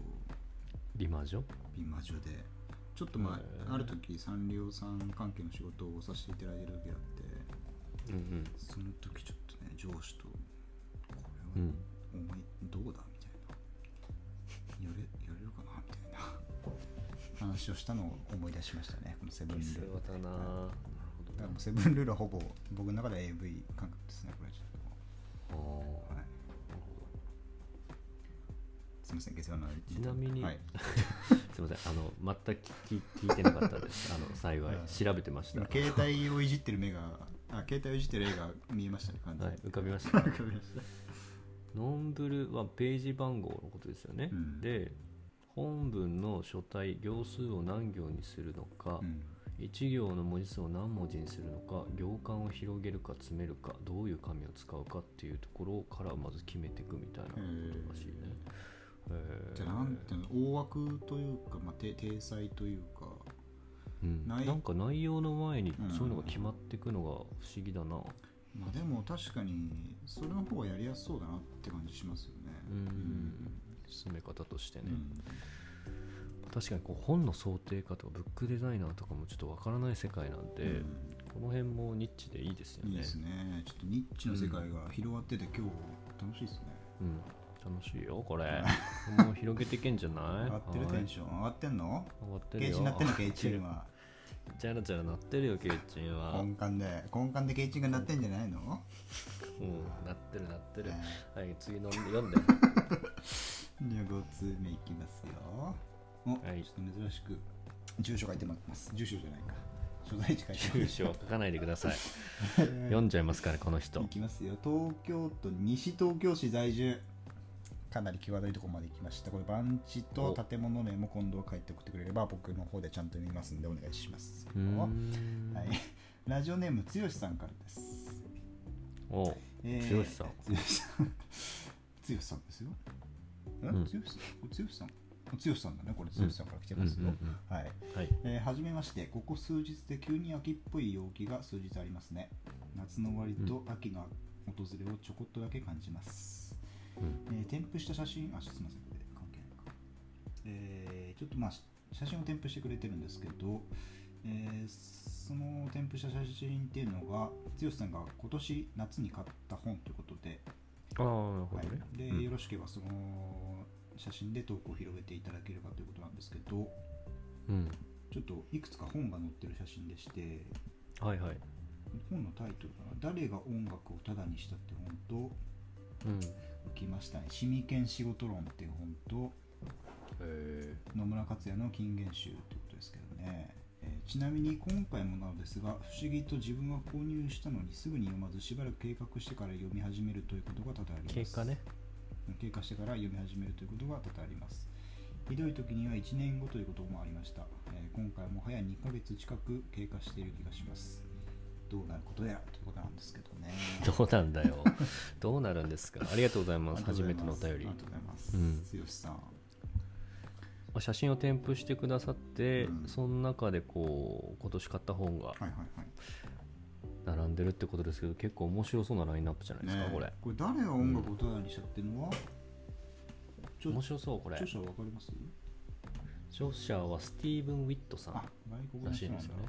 [SPEAKER 1] 美魔女
[SPEAKER 2] 美魔女でちょっとま
[SPEAKER 1] へ
[SPEAKER 2] あ
[SPEAKER 1] ー
[SPEAKER 2] ある時サンリオさん関係の仕事をさせていただいてる時があっ
[SPEAKER 1] う
[SPEAKER 2] て
[SPEAKER 1] んうん
[SPEAKER 2] その時ちょっとね上司と「こ
[SPEAKER 1] う
[SPEAKER 2] れは
[SPEAKER 1] ん
[SPEAKER 2] お前どうだ?」みたいな「やれやれるかな?」みたいな話をしたのを思い出しましたねこのセブンルールだ
[SPEAKER 1] だななるほど
[SPEAKER 2] から
[SPEAKER 1] ね
[SPEAKER 2] もうセブンルールはほぼ僕の中では AV 感覚ですねこれはちょっ
[SPEAKER 1] あ
[SPEAKER 2] と、
[SPEAKER 1] ー
[SPEAKER 2] はい、
[SPEAKER 1] なるほど
[SPEAKER 2] すみません月曜の
[SPEAKER 1] ちなみに
[SPEAKER 2] はい、
[SPEAKER 1] すみません、あの全く聞き聞いてなかったです。あの幸い
[SPEAKER 2] うん
[SPEAKER 1] 調べてました。
[SPEAKER 2] 今
[SPEAKER 1] は
[SPEAKER 2] 携帯をいじってる目があ携帯をいじってる絵が見えましたね完全
[SPEAKER 1] い
[SPEAKER 2] に、、
[SPEAKER 1] 浮かびました。
[SPEAKER 2] わかりました
[SPEAKER 1] ノンブルはページ番号のことですよね。
[SPEAKER 2] うん
[SPEAKER 1] で、本文の書体行数を何行にするのか、一行の文字数を何文字にするのか、行間を広げるか詰めるか、どういう紙を使うかっていうところからまず決めていくみたいなことらしいね。えー
[SPEAKER 2] じゃあなんていうの大枠というか、まあ、て体裁というか
[SPEAKER 1] うん
[SPEAKER 2] ない
[SPEAKER 1] なんか内容の前に
[SPEAKER 2] うん
[SPEAKER 1] そういうのが決まっていくのが不思議だな。
[SPEAKER 2] まあでも確かにそれの方がやりやすそうだなって感じしますよね
[SPEAKER 1] うん進め方としてね、
[SPEAKER 2] うん
[SPEAKER 1] 確かにこう本の想定化とかブックデザイナーとかもちょっとわからない世界なんで、
[SPEAKER 2] うん
[SPEAKER 1] この辺もニッチでいいですよね
[SPEAKER 2] いいですね。ちょっとニッチの世界が広がってて、今日楽しいですね。
[SPEAKER 1] うん楽しいよこ れもう広げていけんじゃない
[SPEAKER 2] 上 がってる
[SPEAKER 1] は
[SPEAKER 2] テ
[SPEAKER 1] い
[SPEAKER 2] ンション上がってんの
[SPEAKER 1] 上がって
[SPEAKER 2] ケ
[SPEAKER 1] る
[SPEAKER 2] イ
[SPEAKER 1] よ
[SPEAKER 2] チンなってんのケイチンは。
[SPEAKER 1] チャラチャラなってるよケイチンは
[SPEAKER 2] 根幹で、根幹でケイチンがなってんじゃないの
[SPEAKER 1] うんなってるなってる
[SPEAKER 2] ね
[SPEAKER 1] はい次飲んで読んで
[SPEAKER 2] じゃあ5通目いきますよ。お、
[SPEAKER 1] い
[SPEAKER 2] ちょっと珍しく、住所書いてもらってます。住所じゃないか。所在地書いてもら
[SPEAKER 1] 住
[SPEAKER 2] って
[SPEAKER 1] 所は書かないでください読んじゃいますからこの人
[SPEAKER 2] いきますよ。東京都西東京市在住。かなり際どいところまで行きました。これ、番地と建物名も今度は書いて送ってくれれば、僕の方でちゃんと見ますんで、お願いします。
[SPEAKER 1] うーん
[SPEAKER 2] はい、ラジオネームつよしさんからです。
[SPEAKER 1] おうつよしさん
[SPEAKER 2] つよしさん。つよしさんですよ。え
[SPEAKER 1] うん
[SPEAKER 2] つよしさん。つよしさん。つよしさんだね、これつよしさんから来てますよ。
[SPEAKER 1] うんうんうん
[SPEAKER 2] はい。
[SPEAKER 1] はい
[SPEAKER 2] えーはじめまして、ここ数日で急に秋っぽい陽気が数日ありますね。夏の終わりと秋の訪れをちょこっとだけ感じます。
[SPEAKER 1] うん
[SPEAKER 2] えー添付した写真、あ、すみません、これ関係ないか。えーちょっとまあ、し写真を添付してくれてるんですけど、えーその添付した写真っていうのが、剛さんが今年夏に買った本ということで、
[SPEAKER 1] ああなるほ
[SPEAKER 2] は
[SPEAKER 1] どね
[SPEAKER 2] い、で、よろしければその写真で投稿を広げていただければということなんですけど、
[SPEAKER 1] うん
[SPEAKER 2] ちょっといくつか本が載ってる写真でして、
[SPEAKER 1] うんはいはい
[SPEAKER 2] 本のタイトルかな、誰が音楽をタダにしたって本と、
[SPEAKER 1] うんへ
[SPEAKER 2] 浮きましたね、シミケン仕事論っていう本と、
[SPEAKER 1] え
[SPEAKER 2] 野村克也の金言集ってことですけどね、えーちなみに今回もなのですが不思議と自分は購入したのにすぐに読まずしばらく計画してから読み始めるということが多々あります
[SPEAKER 1] 経過ね
[SPEAKER 2] 経過してから読み始めるということが多々ありますひどい時には1年後ということもありました、えー今回もはや2ヶ月近く経過している気がしますどうなることやらということなんですけどね
[SPEAKER 1] どうなんだよどうなるんですかありがとうございます初めてのお便り
[SPEAKER 2] ありがとうございます、
[SPEAKER 1] うん
[SPEAKER 2] 剛さん
[SPEAKER 1] まあ写真を添付してくださって、
[SPEAKER 2] うん
[SPEAKER 1] その中でこう今年買った本が
[SPEAKER 2] はいはいはい
[SPEAKER 1] 並んでるってことですけど結構面白そうなラインナップじゃないですか、
[SPEAKER 2] ねえ
[SPEAKER 1] これ
[SPEAKER 2] これ誰が音楽をタダにしたっていうのは、ちょ
[SPEAKER 1] 面白そうこれ
[SPEAKER 2] 著者はわかります
[SPEAKER 1] 著者はスティーブン・ウィットさ
[SPEAKER 2] あ
[SPEAKER 1] ん
[SPEAKER 2] 外国の
[SPEAKER 1] らし
[SPEAKER 2] 人
[SPEAKER 1] い
[SPEAKER 2] なん
[SPEAKER 1] です
[SPEAKER 2] だ
[SPEAKER 1] よね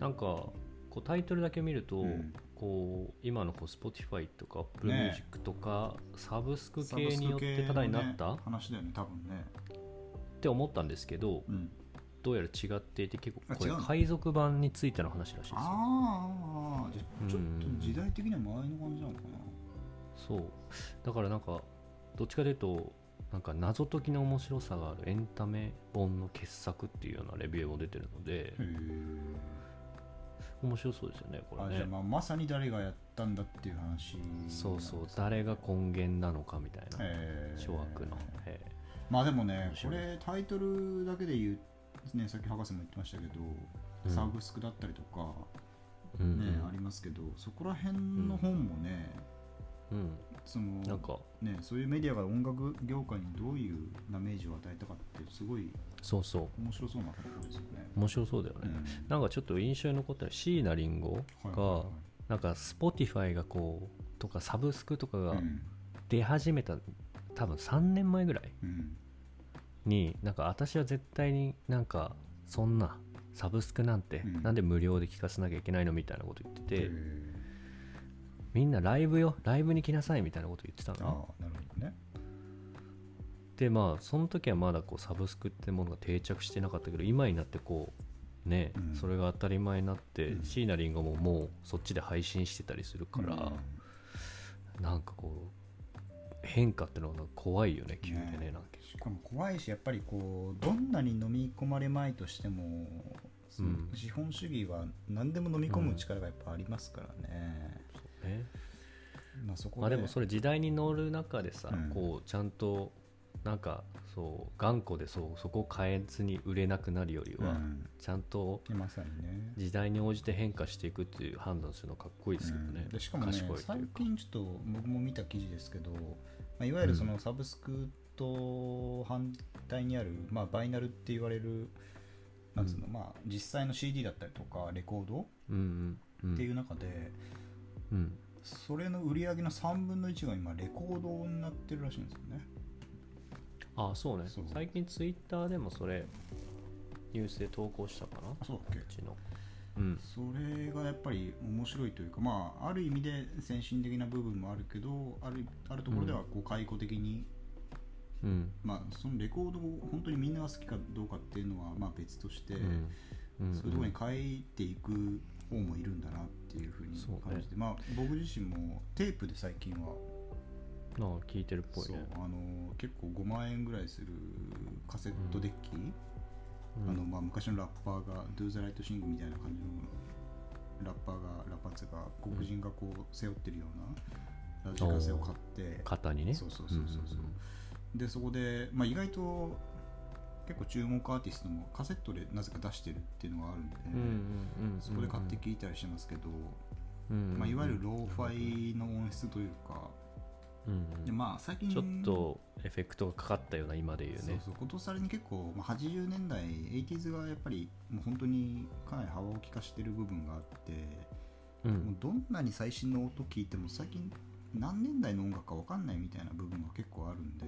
[SPEAKER 1] なんかこうタイトルだけ見ると、
[SPEAKER 2] うん
[SPEAKER 1] こう今のこう Spotify とか Apple
[SPEAKER 2] ねえ
[SPEAKER 1] Music とか、サブスク
[SPEAKER 2] サ
[SPEAKER 1] 系
[SPEAKER 2] ブス
[SPEAKER 1] によ
[SPEAKER 2] ク
[SPEAKER 1] っ
[SPEAKER 2] 系
[SPEAKER 1] てタダになった、
[SPEAKER 2] のね話だよね多分ね、
[SPEAKER 1] って思ったんですけど
[SPEAKER 2] うん、
[SPEAKER 1] どうやら違っていて結構これ
[SPEAKER 2] あ違うの
[SPEAKER 1] 海賊版についての話らしいですよ
[SPEAKER 2] あーあーじゃあちょっ
[SPEAKER 1] うん
[SPEAKER 2] と時代的には前の感じなのか
[SPEAKER 1] そうだからなんかどっちかというとなんか謎解きの面白さがあるエンタメ本の傑作っていうようなレビューも出てるので
[SPEAKER 2] なへ
[SPEAKER 1] 面白そうですよねこ
[SPEAKER 2] あ
[SPEAKER 1] れ
[SPEAKER 2] じゃあ
[SPEAKER 1] ね
[SPEAKER 2] まあまさに誰がやったんだっていう話
[SPEAKER 1] そうそう
[SPEAKER 2] へ
[SPEAKER 1] 誰が根源なのかみたいな
[SPEAKER 2] え
[SPEAKER 1] 諸悪の、え
[SPEAKER 2] まあでもね
[SPEAKER 1] 面
[SPEAKER 2] こ
[SPEAKER 1] 白い
[SPEAKER 2] れタイトルだけで言うねさっき博士も言ってましたけど、
[SPEAKER 1] うん
[SPEAKER 2] サブスクだったりとか
[SPEAKER 1] えうん
[SPEAKER 2] ね、ありますけどそこら辺の本もね、
[SPEAKER 1] うん
[SPEAKER 2] その
[SPEAKER 1] うんなんか
[SPEAKER 2] ね、そういうメディアが音楽業界にどういうダメージを与えたかってすごい
[SPEAKER 1] そうそ
[SPEAKER 2] 面白そうなことですよね。
[SPEAKER 1] う面白そうだよ
[SPEAKER 2] う
[SPEAKER 1] ね、
[SPEAKER 2] ん
[SPEAKER 1] なんかちょっと印象に残ったのは椎名林檎
[SPEAKER 2] は
[SPEAKER 1] がなんか Spotify がこうとかサブスクとか
[SPEAKER 2] いはいは
[SPEAKER 1] が
[SPEAKER 2] いうん
[SPEAKER 1] 出始めた多分3年前ぐらい
[SPEAKER 2] うん
[SPEAKER 1] になんか私は絶対になんかそんなサブスクなんて、
[SPEAKER 2] うん
[SPEAKER 1] なんで無料で聞かせなきゃいけないのみたいなこと言ってて、
[SPEAKER 2] へー
[SPEAKER 1] みんなライブよライブに来なさいみたいなこと言ってた
[SPEAKER 2] ああ
[SPEAKER 1] のね
[SPEAKER 2] なるほどね。
[SPEAKER 1] でまあその時はまだこうサブスクってものが定着してなかったけど今になってこうね、
[SPEAKER 2] うん
[SPEAKER 1] それが当たり前になって、
[SPEAKER 2] うん
[SPEAKER 1] 椎名林檎ももうそっちで配信してたりするから、なんかこう変化ってのが怖いよね急でね
[SPEAKER 2] ね
[SPEAKER 1] なんか
[SPEAKER 2] しかも怖いしやっぱりこうどんなに飲み込まれまいとしても、その
[SPEAKER 1] うん
[SPEAKER 2] 資本主義は何でも飲み込む力がやっぱありますからね。
[SPEAKER 1] そうね
[SPEAKER 2] まあそこ
[SPEAKER 1] まあでもそれ時代に乗る中でさ、
[SPEAKER 2] うん
[SPEAKER 1] こうちゃんとなんかそう頑固でそうそこを変えずに売れなくなるよりは、
[SPEAKER 2] うん
[SPEAKER 1] ちゃんと
[SPEAKER 2] まさにね。
[SPEAKER 1] 時代に応じて変化していくっていう判断するのかっこいいですけどね、
[SPEAKER 2] うんでしかもね
[SPEAKER 1] 賢いというか
[SPEAKER 2] 最近ちょっと僕も見た記事ですけど、まあ、いわゆるそのサブスクと反対にある、まあ、バイナルって言われるなんつうの、まあ、実際の CD だったりとかレコード
[SPEAKER 1] うんうんうん
[SPEAKER 2] っていう中で、
[SPEAKER 1] うん
[SPEAKER 2] それの売り上げの3分の1が今レコードになってるらしいんですよね。
[SPEAKER 1] ああそうね
[SPEAKER 2] そう
[SPEAKER 1] 最近ツイッターでもそれニュースで投稿したかな
[SPEAKER 2] あそうだっけ
[SPEAKER 1] うちのうん
[SPEAKER 2] それがやっぱり面白いというか、まあ、ある意味で先進的な部分もあるけどあるあるところではこう解雇的に、
[SPEAKER 1] うん
[SPEAKER 2] まあ、そのレコードを本当にみんなが好きかどうかっていうのはまあ別として、
[SPEAKER 1] うんうん
[SPEAKER 2] そういうところに変えていく方もいるんだなっていうふうに
[SPEAKER 1] そうね
[SPEAKER 2] 感じて、まあ、僕自身もテープで最近は
[SPEAKER 1] ああ聞いてるっぽい
[SPEAKER 2] そう
[SPEAKER 1] ね
[SPEAKER 2] あの結構5万円ぐらいするカセットデッキ、
[SPEAKER 1] うん
[SPEAKER 2] あのまあ、昔のラッパーが「Do the Right Sing」みたいな感じのラッパーがラッパーっていうか黒人がこう背負ってるようなラジカセを買って、
[SPEAKER 1] 肩にね
[SPEAKER 2] そうそうそうそうそうでそこで、まあ、意外と結構注目アーティストもカセットでなぜか出してるっていうのがあるんで、
[SPEAKER 1] うんうんうんうん
[SPEAKER 2] そこで買って聞いたりしてますけど、
[SPEAKER 1] うんうん
[SPEAKER 2] まあ、いわゆるローファイの音質というか、
[SPEAKER 1] うんうん
[SPEAKER 2] でまあ、最近
[SPEAKER 1] ちょっとエフェクトがかかったような今で言う
[SPEAKER 2] そう
[SPEAKER 1] ね
[SPEAKER 2] そうことさらに結構、まあ、80年代 80s がやっぱりもう本当にかなり幅を利かしてる部分があって、
[SPEAKER 1] う
[SPEAKER 2] もうんどんなに最新の音聞いても最近何年代の音楽か分かんないみたいな部分が結構あるんで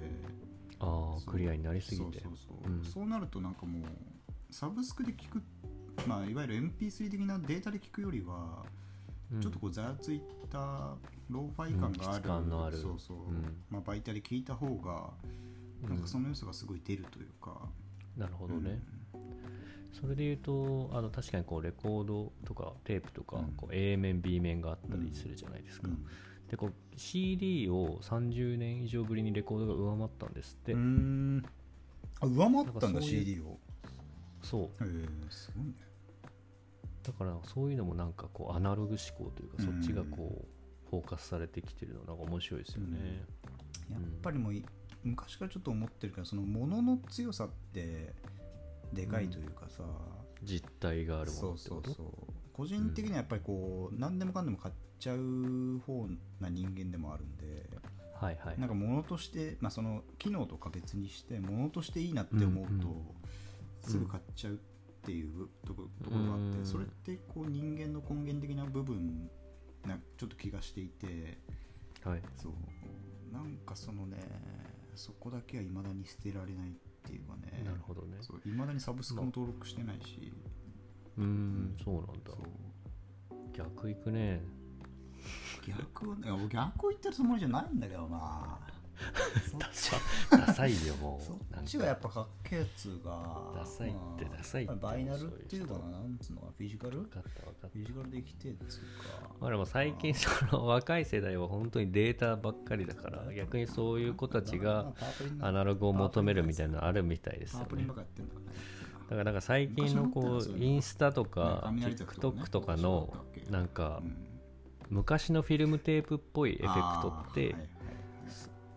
[SPEAKER 1] ああ
[SPEAKER 2] そう
[SPEAKER 1] クリアになりすぎ
[SPEAKER 2] そう
[SPEAKER 1] て
[SPEAKER 2] そうそう、
[SPEAKER 1] うん
[SPEAKER 2] そうなるとなんかもうサブスクで聞く、まあ、いわゆる MP3 的なデータで聞くよりは
[SPEAKER 1] うん
[SPEAKER 2] ちょっとこうざわついたローファイ感がある,、
[SPEAKER 1] うん質感のある
[SPEAKER 2] そうそう、
[SPEAKER 1] うん
[SPEAKER 2] まあ、媒体で聞いた方がなんかその要素がすごい出るというか、
[SPEAKER 1] なるほどねそれで言うとあの確かにこうレコードとかテープとか
[SPEAKER 2] うん
[SPEAKER 1] こう A 面 B 面があったりするじゃないです
[SPEAKER 2] う
[SPEAKER 1] か
[SPEAKER 2] ん
[SPEAKER 1] でこう CD を30年以上ぶりにレコードが上回ったんですって
[SPEAKER 2] うーんあ上回ったん
[SPEAKER 1] なんかそうい
[SPEAKER 2] だ
[SPEAKER 1] う
[SPEAKER 2] CD を
[SPEAKER 1] そう
[SPEAKER 2] へえすごいね
[SPEAKER 1] だからそういうのもなんかこうアナログ思考というかそっちがこうフォーカスされてきてるのなんか面白いですよね
[SPEAKER 2] やっぱりもうい昔からちょっと思ってるけどその物の強さってでかいというかさ、
[SPEAKER 1] 実体があるも
[SPEAKER 2] そ
[SPEAKER 1] の
[SPEAKER 2] う
[SPEAKER 1] って
[SPEAKER 2] そ
[SPEAKER 1] こ
[SPEAKER 2] う
[SPEAKER 1] と
[SPEAKER 2] そう個人的にはやっぱりこう、何でもかんでも買っちゃう方な人間でもあるんで
[SPEAKER 1] はいはい
[SPEAKER 2] なんか物として、まあ、その機能とか別にして物としていいなって思うと、
[SPEAKER 1] うんうん
[SPEAKER 2] すぐ買っちゃうっていうとこところがあって、
[SPEAKER 1] うん
[SPEAKER 2] それってこう人間の根源的な部分なちょっと気がしていて
[SPEAKER 1] はい
[SPEAKER 2] そうなんかそのねそこだけはいまだに捨てられないっていうかね
[SPEAKER 1] なるほどね
[SPEAKER 2] いまだにサブスクも登録してないし、
[SPEAKER 1] うーんそうなんだ
[SPEAKER 2] そう
[SPEAKER 1] 逆いく ね
[SPEAKER 2] 逆はねいや俺逆を言ってるつもりじゃないんだけどなそっち
[SPEAKER 1] ダサいよも
[SPEAKER 2] そっ
[SPEAKER 1] うなん
[SPEAKER 2] ち
[SPEAKER 1] か
[SPEAKER 2] がやっぱかっけえやつが
[SPEAKER 1] ダサいって
[SPEAKER 2] まあ
[SPEAKER 1] ダサいって
[SPEAKER 2] やっぱバイナルっていうのか
[SPEAKER 1] そ
[SPEAKER 2] ななんつうのかなフィジカルフ
[SPEAKER 1] 分かった分かった
[SPEAKER 2] ィジカルで生きてるっつうか
[SPEAKER 1] まあでも最近その若い世代は本当にデータばっかりだから逆にそういう子たちがアナログを求めるみたいなのあるみたいです
[SPEAKER 2] パ
[SPEAKER 1] よ
[SPEAKER 2] ープリン
[SPEAKER 1] ね
[SPEAKER 2] ばっかやってんだからね
[SPEAKER 1] だからなんか最近のこ
[SPEAKER 2] 昔の歌はそ
[SPEAKER 1] う
[SPEAKER 2] ういうの
[SPEAKER 1] インスタとか
[SPEAKER 2] ね雷族とかね
[SPEAKER 1] TikTok とかの
[SPEAKER 2] そうだっけ
[SPEAKER 1] なんか
[SPEAKER 2] うん
[SPEAKER 1] 昔のフィルムテープっぽいエフェクトっ
[SPEAKER 2] あー
[SPEAKER 1] て
[SPEAKER 2] はいはい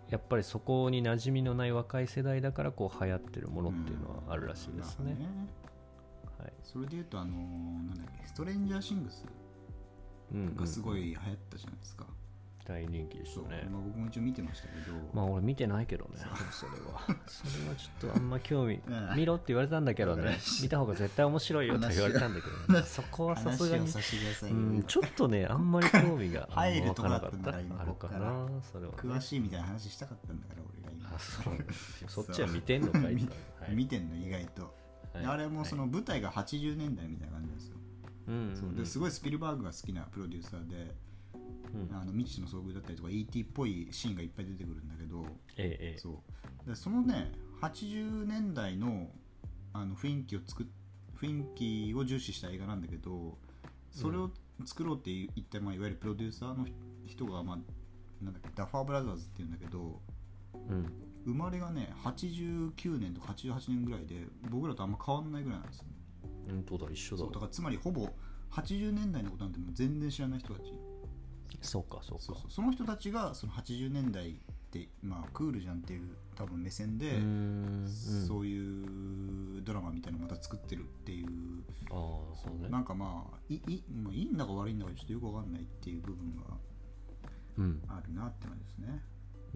[SPEAKER 1] やっぱりそこに馴染みのない若い世代だからこう流行ってるものっていうのはあるらしいです
[SPEAKER 2] うん
[SPEAKER 1] ね。
[SPEAKER 2] なんかね
[SPEAKER 1] はい
[SPEAKER 2] それで言うとあのーなんだっけストレンジャーシングス
[SPEAKER 1] うんうん
[SPEAKER 2] がすごい流行ったじゃないですか、
[SPEAKER 1] 大人気でした
[SPEAKER 2] そう、
[SPEAKER 1] ね。
[SPEAKER 2] まあ、僕も一応見てましたけど、
[SPEAKER 1] まあ俺見てないけどね。それは。それはちょっとあんま 興味、見ろって言われたんだけどね。見た方が絶対面白いよって言われたんだけどね。そこはさすが
[SPEAKER 2] 話を
[SPEAKER 1] に。
[SPEAKER 2] させてくださいうよ、
[SPEAKER 1] ん、ちょっとね、 あんまり興味が
[SPEAKER 2] 入るとこだ
[SPEAKER 1] な
[SPEAKER 2] った
[SPEAKER 1] か
[SPEAKER 2] ん
[SPEAKER 1] っ
[SPEAKER 2] だ
[SPEAKER 1] た。
[SPEAKER 2] から今
[SPEAKER 1] あるか
[SPEAKER 2] こ
[SPEAKER 1] な、それは、
[SPEAKER 2] 詳しいみたいな話したかったんだから俺が
[SPEAKER 1] あ、
[SPEAKER 2] 今
[SPEAKER 1] そう。そっちは見てんのかい、
[SPEAKER 2] 見
[SPEAKER 1] は
[SPEAKER 2] 見てんの意外と、
[SPEAKER 1] い
[SPEAKER 2] であれもそ
[SPEAKER 1] の、
[SPEAKER 2] の舞台が80年代みたいな感じなんですよ、
[SPEAKER 1] うんうんうん、
[SPEAKER 2] そうですごいスピルバーグが好きなプロデューサーで、
[SPEAKER 1] うん
[SPEAKER 2] あの未知の遭遇だったりとか ET っぽいシーンがいっぱい出てくるんだけど
[SPEAKER 1] ええええ
[SPEAKER 2] そうでそのね80年代のあの雰囲気を作っ雰囲気を重視した映画なんだけどそれを作ろうって言った、まあ、いわゆるプロデューサーの人が、まあ、なんだっけダファーブラザーズっていうんだけど
[SPEAKER 1] うん。
[SPEAKER 2] 生まれがね89年とか88年ぐらいで僕らとあんま変わんないぐらいなんですよ、
[SPEAKER 1] 本当だ、一緒だ
[SPEAKER 2] そう
[SPEAKER 1] わ
[SPEAKER 2] だからつまりほぼ80年代のことなんてもう全然知らない人たち
[SPEAKER 1] そうか、そうか。
[SPEAKER 2] そうそうその人たちがその80年代って、まあ、クールじゃんっていう多分目線で、
[SPEAKER 1] うーん。うん
[SPEAKER 2] そういうドラマみたいなのまた作ってるっていう
[SPEAKER 1] ああ、そうね
[SPEAKER 2] な。んかまあいい,、まあ、いいんだか悪いんだかちょっとよくわかんないっていう部分が
[SPEAKER 1] うん。
[SPEAKER 2] あるなって感じですね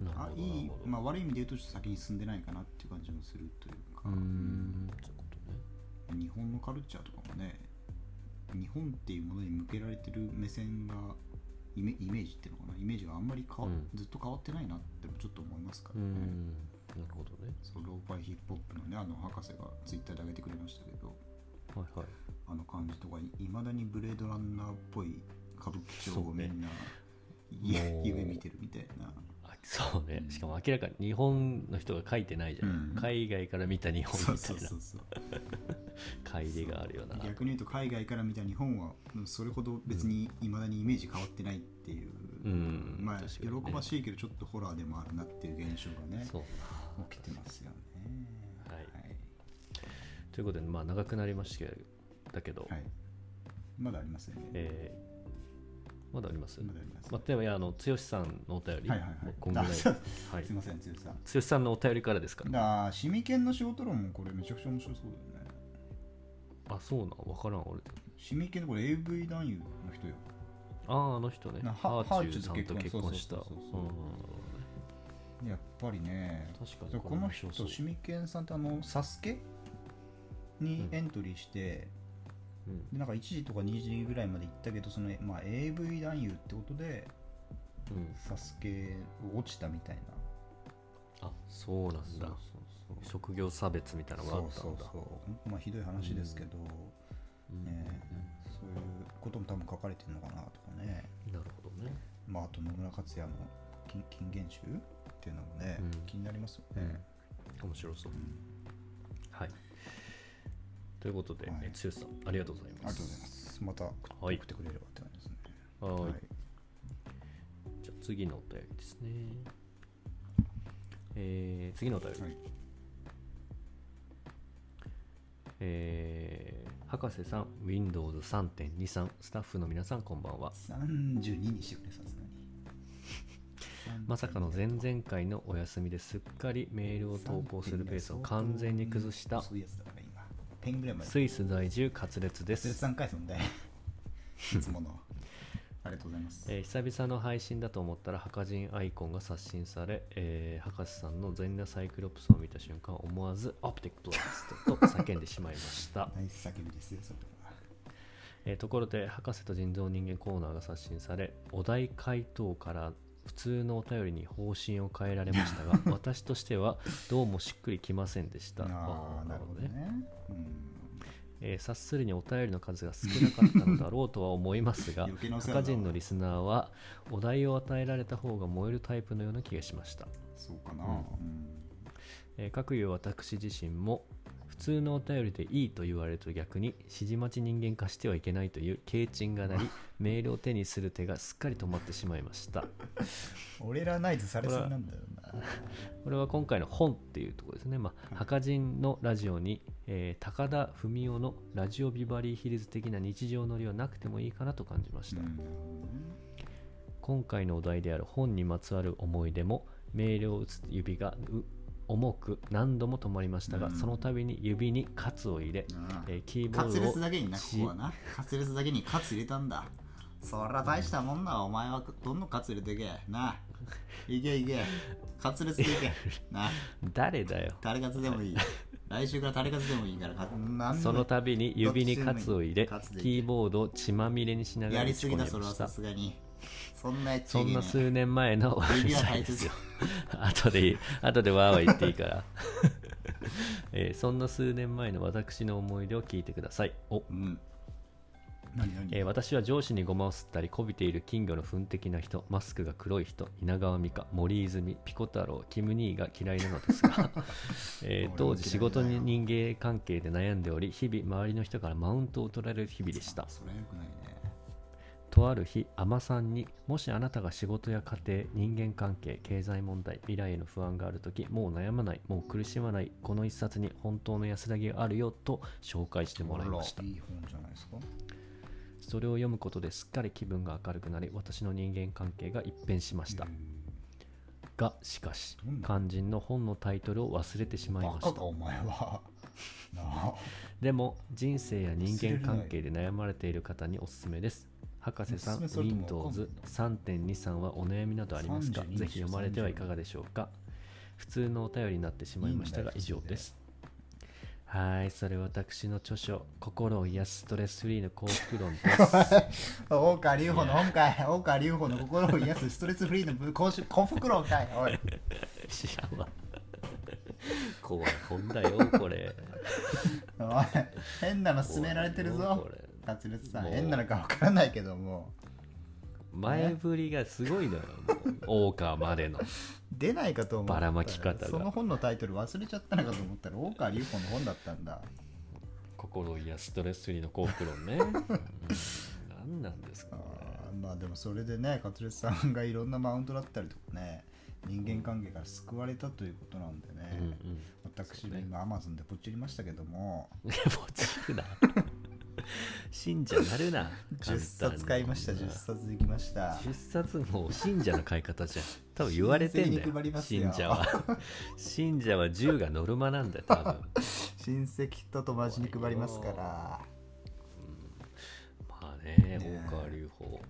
[SPEAKER 1] なるほ
[SPEAKER 2] あ
[SPEAKER 1] ど。
[SPEAKER 2] い
[SPEAKER 1] ないるほ、ど
[SPEAKER 2] まあ、悪い意味で言うとちょっと先に進んでないかなっていう感じもするというか
[SPEAKER 1] うーん、そういうことね。
[SPEAKER 2] 日本のカルチャーとかもね日本っていうものに向けられてる目線がイメイメージっていうのかなイメージがあんまり変わ、
[SPEAKER 1] うん
[SPEAKER 2] ずっと変わってないなってちょっと思いますか
[SPEAKER 1] うー
[SPEAKER 2] らね、
[SPEAKER 1] ん、なるほどね。
[SPEAKER 2] そうローファイヒップホップのねあの博士がツイッターで上げてくれましたけど
[SPEAKER 1] はいはい。
[SPEAKER 2] あの感じとかいまだにブレードランナーっぽい歌舞伎町をみんな、いや
[SPEAKER 1] もう
[SPEAKER 2] 夢見てるみたいな
[SPEAKER 1] あそうね
[SPEAKER 2] うん
[SPEAKER 1] しかも明らかに日本の人が書いてないじゃん、
[SPEAKER 2] うん
[SPEAKER 1] 海外から見た日本み
[SPEAKER 2] そう
[SPEAKER 1] た
[SPEAKER 2] そう
[SPEAKER 1] いな
[SPEAKER 2] そうそう
[SPEAKER 1] 乖離があるよな
[SPEAKER 2] 逆に言うと海外から見た日本はうんそれほど別にいまだにイメージ変わってないっていう、
[SPEAKER 1] うん
[SPEAKER 2] まあ、
[SPEAKER 1] 確
[SPEAKER 2] 喜
[SPEAKER 1] かにね
[SPEAKER 2] ばしいけどちょっとホラーでもあるなっていう現象がね
[SPEAKER 1] そう
[SPEAKER 2] 起きてますよね
[SPEAKER 1] はい
[SPEAKER 2] はい
[SPEAKER 1] ということでまあ長くなりましたけどだけど、
[SPEAKER 2] はい、まだありますよね、
[SPEAKER 1] えーまだあります、
[SPEAKER 2] まだあります、
[SPEAKER 1] まあ、でもいやあの剛さんのお便り、
[SPEAKER 2] はいはいはい
[SPEAKER 1] もうこんぐらい、
[SPEAKER 2] あ
[SPEAKER 1] は
[SPEAKER 2] そう
[SPEAKER 1] い、
[SPEAKER 2] すいません、剛さん。
[SPEAKER 1] 剛さんのお便りからですから
[SPEAKER 2] ああ、シミケンの仕事論もこれめちゃくちゃ面白そうだよね。
[SPEAKER 1] あそうなん分からん俺
[SPEAKER 2] シミケンのこれ AV 男優の人よ。
[SPEAKER 1] あああの人ね
[SPEAKER 2] な
[SPEAKER 1] ハ
[SPEAKER 2] ハ
[SPEAKER 1] ーチューさんと
[SPEAKER 2] ハーチュ
[SPEAKER 1] 結
[SPEAKER 2] ーと結婚
[SPEAKER 1] 婚した
[SPEAKER 2] そうそうそうそう
[SPEAKER 1] うん
[SPEAKER 2] やっぱりね、
[SPEAKER 1] 確か
[SPEAKER 2] で
[SPEAKER 1] に
[SPEAKER 2] この人
[SPEAKER 1] 面白そう、
[SPEAKER 2] シミケンさんってあの、サスケにエントリーして、
[SPEAKER 1] うん
[SPEAKER 2] でなんか1時とか2時ぐらいまで行ったけど、その、まあ、AV 男優ってことで、
[SPEAKER 1] うん、
[SPEAKER 2] サスケ落ちたみたいな。
[SPEAKER 1] あそうなんだ
[SPEAKER 2] そうそう。
[SPEAKER 1] 職業差別みたいなのがあったんだ
[SPEAKER 2] そうそうそうまあひどい話ですけど、
[SPEAKER 1] うん
[SPEAKER 2] ねそういうことも多分書かれてるのかなとかね、
[SPEAKER 1] なるほどね
[SPEAKER 2] まあ、あと野村克也の金金言集っていうのもね、
[SPEAKER 1] うん
[SPEAKER 2] 気になりますよね、
[SPEAKER 1] 面白そう、
[SPEAKER 2] ん
[SPEAKER 1] はいということで、
[SPEAKER 2] はい
[SPEAKER 1] え剛さんありがとうござい
[SPEAKER 2] あり
[SPEAKER 1] ま
[SPEAKER 2] がとう
[SPEAKER 1] す
[SPEAKER 2] ございますまた
[SPEAKER 1] はい
[SPEAKER 2] 送ってくれればって感じですね
[SPEAKER 1] はい
[SPEAKER 2] はい
[SPEAKER 1] じゃあ次のお便りですねえー次のお便り、
[SPEAKER 2] はい
[SPEAKER 1] えー博士さん Windows3.23 スタッフの皆さんこんばんは
[SPEAKER 2] 32にしてくれさすがに
[SPEAKER 1] まさかの前々回のお休みですっかりメールを投稿するペースを完全に崩した
[SPEAKER 2] そういうやつだから今10ぐらいまで
[SPEAKER 1] スイス在住滑舌で
[SPEAKER 2] それ
[SPEAKER 1] す
[SPEAKER 2] 3回そんでいつものありがとうございます、
[SPEAKER 1] えー久々の配信だと思ったら墓人アイコンが刷新され、えー博士さんの全裸サイクロプスを見た瞬間思わずオプティックブラストと叫んでしまいました、
[SPEAKER 2] ナイス叫びですよそれは
[SPEAKER 1] えーところで博士と人造人間コーナーが刷新されお題回答から普通のお便りに方針を変えられましたが私としてはどうもしっくりきませんでした
[SPEAKER 2] あ
[SPEAKER 1] あ
[SPEAKER 2] あ
[SPEAKER 1] ー
[SPEAKER 2] なるほどねうん
[SPEAKER 1] えー察するにお便りの数が少なかったのだろうとは思いますが
[SPEAKER 2] 余計なお世話だ
[SPEAKER 1] 赤人のリスナーはお題を与えられた方が燃えるタイプのような気がしました、
[SPEAKER 2] そうかな、
[SPEAKER 1] うんえー、各いう私自身も普通のお便りでいいと言われると逆に指示待ち人間化してはいけないという軽鎮がな りメールを手にする手がすっかり止まってしまいました
[SPEAKER 2] 俺らナイズされそうなんだよな。
[SPEAKER 1] これは今回の本っていうところですね、まあ、墓人のラジオに、えー高田文夫のラジオビバリーヒルズ的な日常のりはなくてもいいかなと感じました、今回のお題である本にまつわる思い出もメールを打つ指がう重く何度も止まりましたが、
[SPEAKER 2] うん
[SPEAKER 1] その度に指に「喝を入れ、
[SPEAKER 2] なあ
[SPEAKER 1] えーキーボ
[SPEAKER 2] カツレ
[SPEAKER 1] ー
[SPEAKER 2] ス
[SPEAKER 1] ドを
[SPEAKER 2] だけにな、ここはな。カツレスだけにカツ入れたんだ。そりゃ大したもんな、お前はどんどんカツ入れてけ。なあ。いけいけ。カツレスでいけ。なあ。
[SPEAKER 1] 誰だよ
[SPEAKER 2] タレカツでも いい。来週からタレカツでもいいから、カツなんでもいい
[SPEAKER 1] その度に指に
[SPEAKER 2] どっちでも
[SPEAKER 1] 喝を
[SPEAKER 2] いい
[SPEAKER 1] 入れ
[SPEAKER 2] 喝でいい
[SPEAKER 1] キーボードを血まみれにしながら
[SPEAKER 2] やり
[SPEAKER 1] 打
[SPEAKER 2] す
[SPEAKER 1] ち
[SPEAKER 2] ぎ
[SPEAKER 1] 込
[SPEAKER 2] だ、
[SPEAKER 1] み
[SPEAKER 2] それ
[SPEAKER 1] ま
[SPEAKER 2] は
[SPEAKER 1] し
[SPEAKER 2] さ
[SPEAKER 1] た
[SPEAKER 2] すがに。そんなやつ
[SPEAKER 1] そ
[SPEAKER 2] い
[SPEAKER 1] ん
[SPEAKER 2] ね
[SPEAKER 1] な数年前の
[SPEAKER 2] 指は
[SPEAKER 1] さい
[SPEAKER 2] 大
[SPEAKER 1] です
[SPEAKER 2] 切
[SPEAKER 1] よ。後でいい 後でわーわー言っていいから、 えーそんな数年前の私の思い出を聞いてくださいお
[SPEAKER 2] うん。何何
[SPEAKER 1] えー私は上司にごまを吸ったりこびている金魚の糞的な人マスクが黒い人稲川美香森泉ピコ太郎キム兄が嫌いなのですが、えー
[SPEAKER 2] 俺も
[SPEAKER 1] 当時仕事
[SPEAKER 2] 嫌い
[SPEAKER 1] に
[SPEAKER 2] だよ
[SPEAKER 1] 人間関係で悩んでおり日々周りの人からマウントを取られる日々でした
[SPEAKER 2] それはよくないね。
[SPEAKER 1] とある日海女さんにもしあなたが仕事や家庭人間関係経済問題未来への不安がある時もう悩まないもう苦しまないこの一冊に本当の安らぎがあるよと紹介してもらいました
[SPEAKER 2] あらいい本じゃないですか。
[SPEAKER 1] それを読むことですっかり気分が明るくなり私の人間関係が一変しました
[SPEAKER 2] へえ
[SPEAKER 1] がしかし
[SPEAKER 2] どんな
[SPEAKER 1] 肝心の本のタイトルを忘れてしまい
[SPEAKER 2] バ
[SPEAKER 1] ま
[SPEAKER 2] カ
[SPEAKER 1] し
[SPEAKER 2] か
[SPEAKER 1] た
[SPEAKER 2] お前は。なあ。
[SPEAKER 1] でも人生や人間関係で悩まれている方におすすめです博士さん
[SPEAKER 2] おすすめされてもわかんない
[SPEAKER 1] Windows3.23 はお悩みなどありますか
[SPEAKER 2] 32
[SPEAKER 1] ぜひ読まれてはいかがでしょうか普通のお便りになってしまいましたが
[SPEAKER 2] いい
[SPEAKER 1] 以
[SPEAKER 2] んだよ
[SPEAKER 1] 上ですはいそれ私の著書「心を癒すストレスフリーの幸福論」です
[SPEAKER 2] 大川隆法の本かい。大川隆法の心を癒すストレスフリーのぶ幸福幸福論かい。おい。
[SPEAKER 1] 知らんわ怖い本だよこれ
[SPEAKER 2] おい変なの勧められてる
[SPEAKER 1] 怖いよ
[SPEAKER 2] ぞ
[SPEAKER 1] これ
[SPEAKER 2] 達列さん
[SPEAKER 1] もう
[SPEAKER 2] 変なのか分からないけども
[SPEAKER 1] 前振りがすごいのよもう大川までの
[SPEAKER 2] 出ないかと思った
[SPEAKER 1] ばらまき方が
[SPEAKER 2] その本のタイトル忘れちゃったのかと思ったら大川隆法の本だったんだ
[SPEAKER 1] 心癒やストレスフリーの幸福論ね、うん、何なんですか
[SPEAKER 2] あ
[SPEAKER 1] ね
[SPEAKER 2] ーまあでもそれでね勝烈さんがいろんなマウントだったりとかね人間関係から救われたということなんでね、
[SPEAKER 1] うんうん
[SPEAKER 2] 私
[SPEAKER 1] そう
[SPEAKER 2] も
[SPEAKER 1] ね
[SPEAKER 2] 今アマゾンでポチりましたけども
[SPEAKER 1] いやもうつくな信者なるな
[SPEAKER 2] 10冊買いました10冊でき ました
[SPEAKER 1] 10冊もう信者の買い方じゃん多分言われてんだ
[SPEAKER 2] 親戚に配り
[SPEAKER 1] よ
[SPEAKER 2] ます
[SPEAKER 1] 信
[SPEAKER 2] よ
[SPEAKER 1] 者 は信者は銃がノルマなんだよ多分
[SPEAKER 2] 親戚と友達に配りますか
[SPEAKER 1] まあね
[SPEAKER 2] ね
[SPEAKER 1] 大川隆法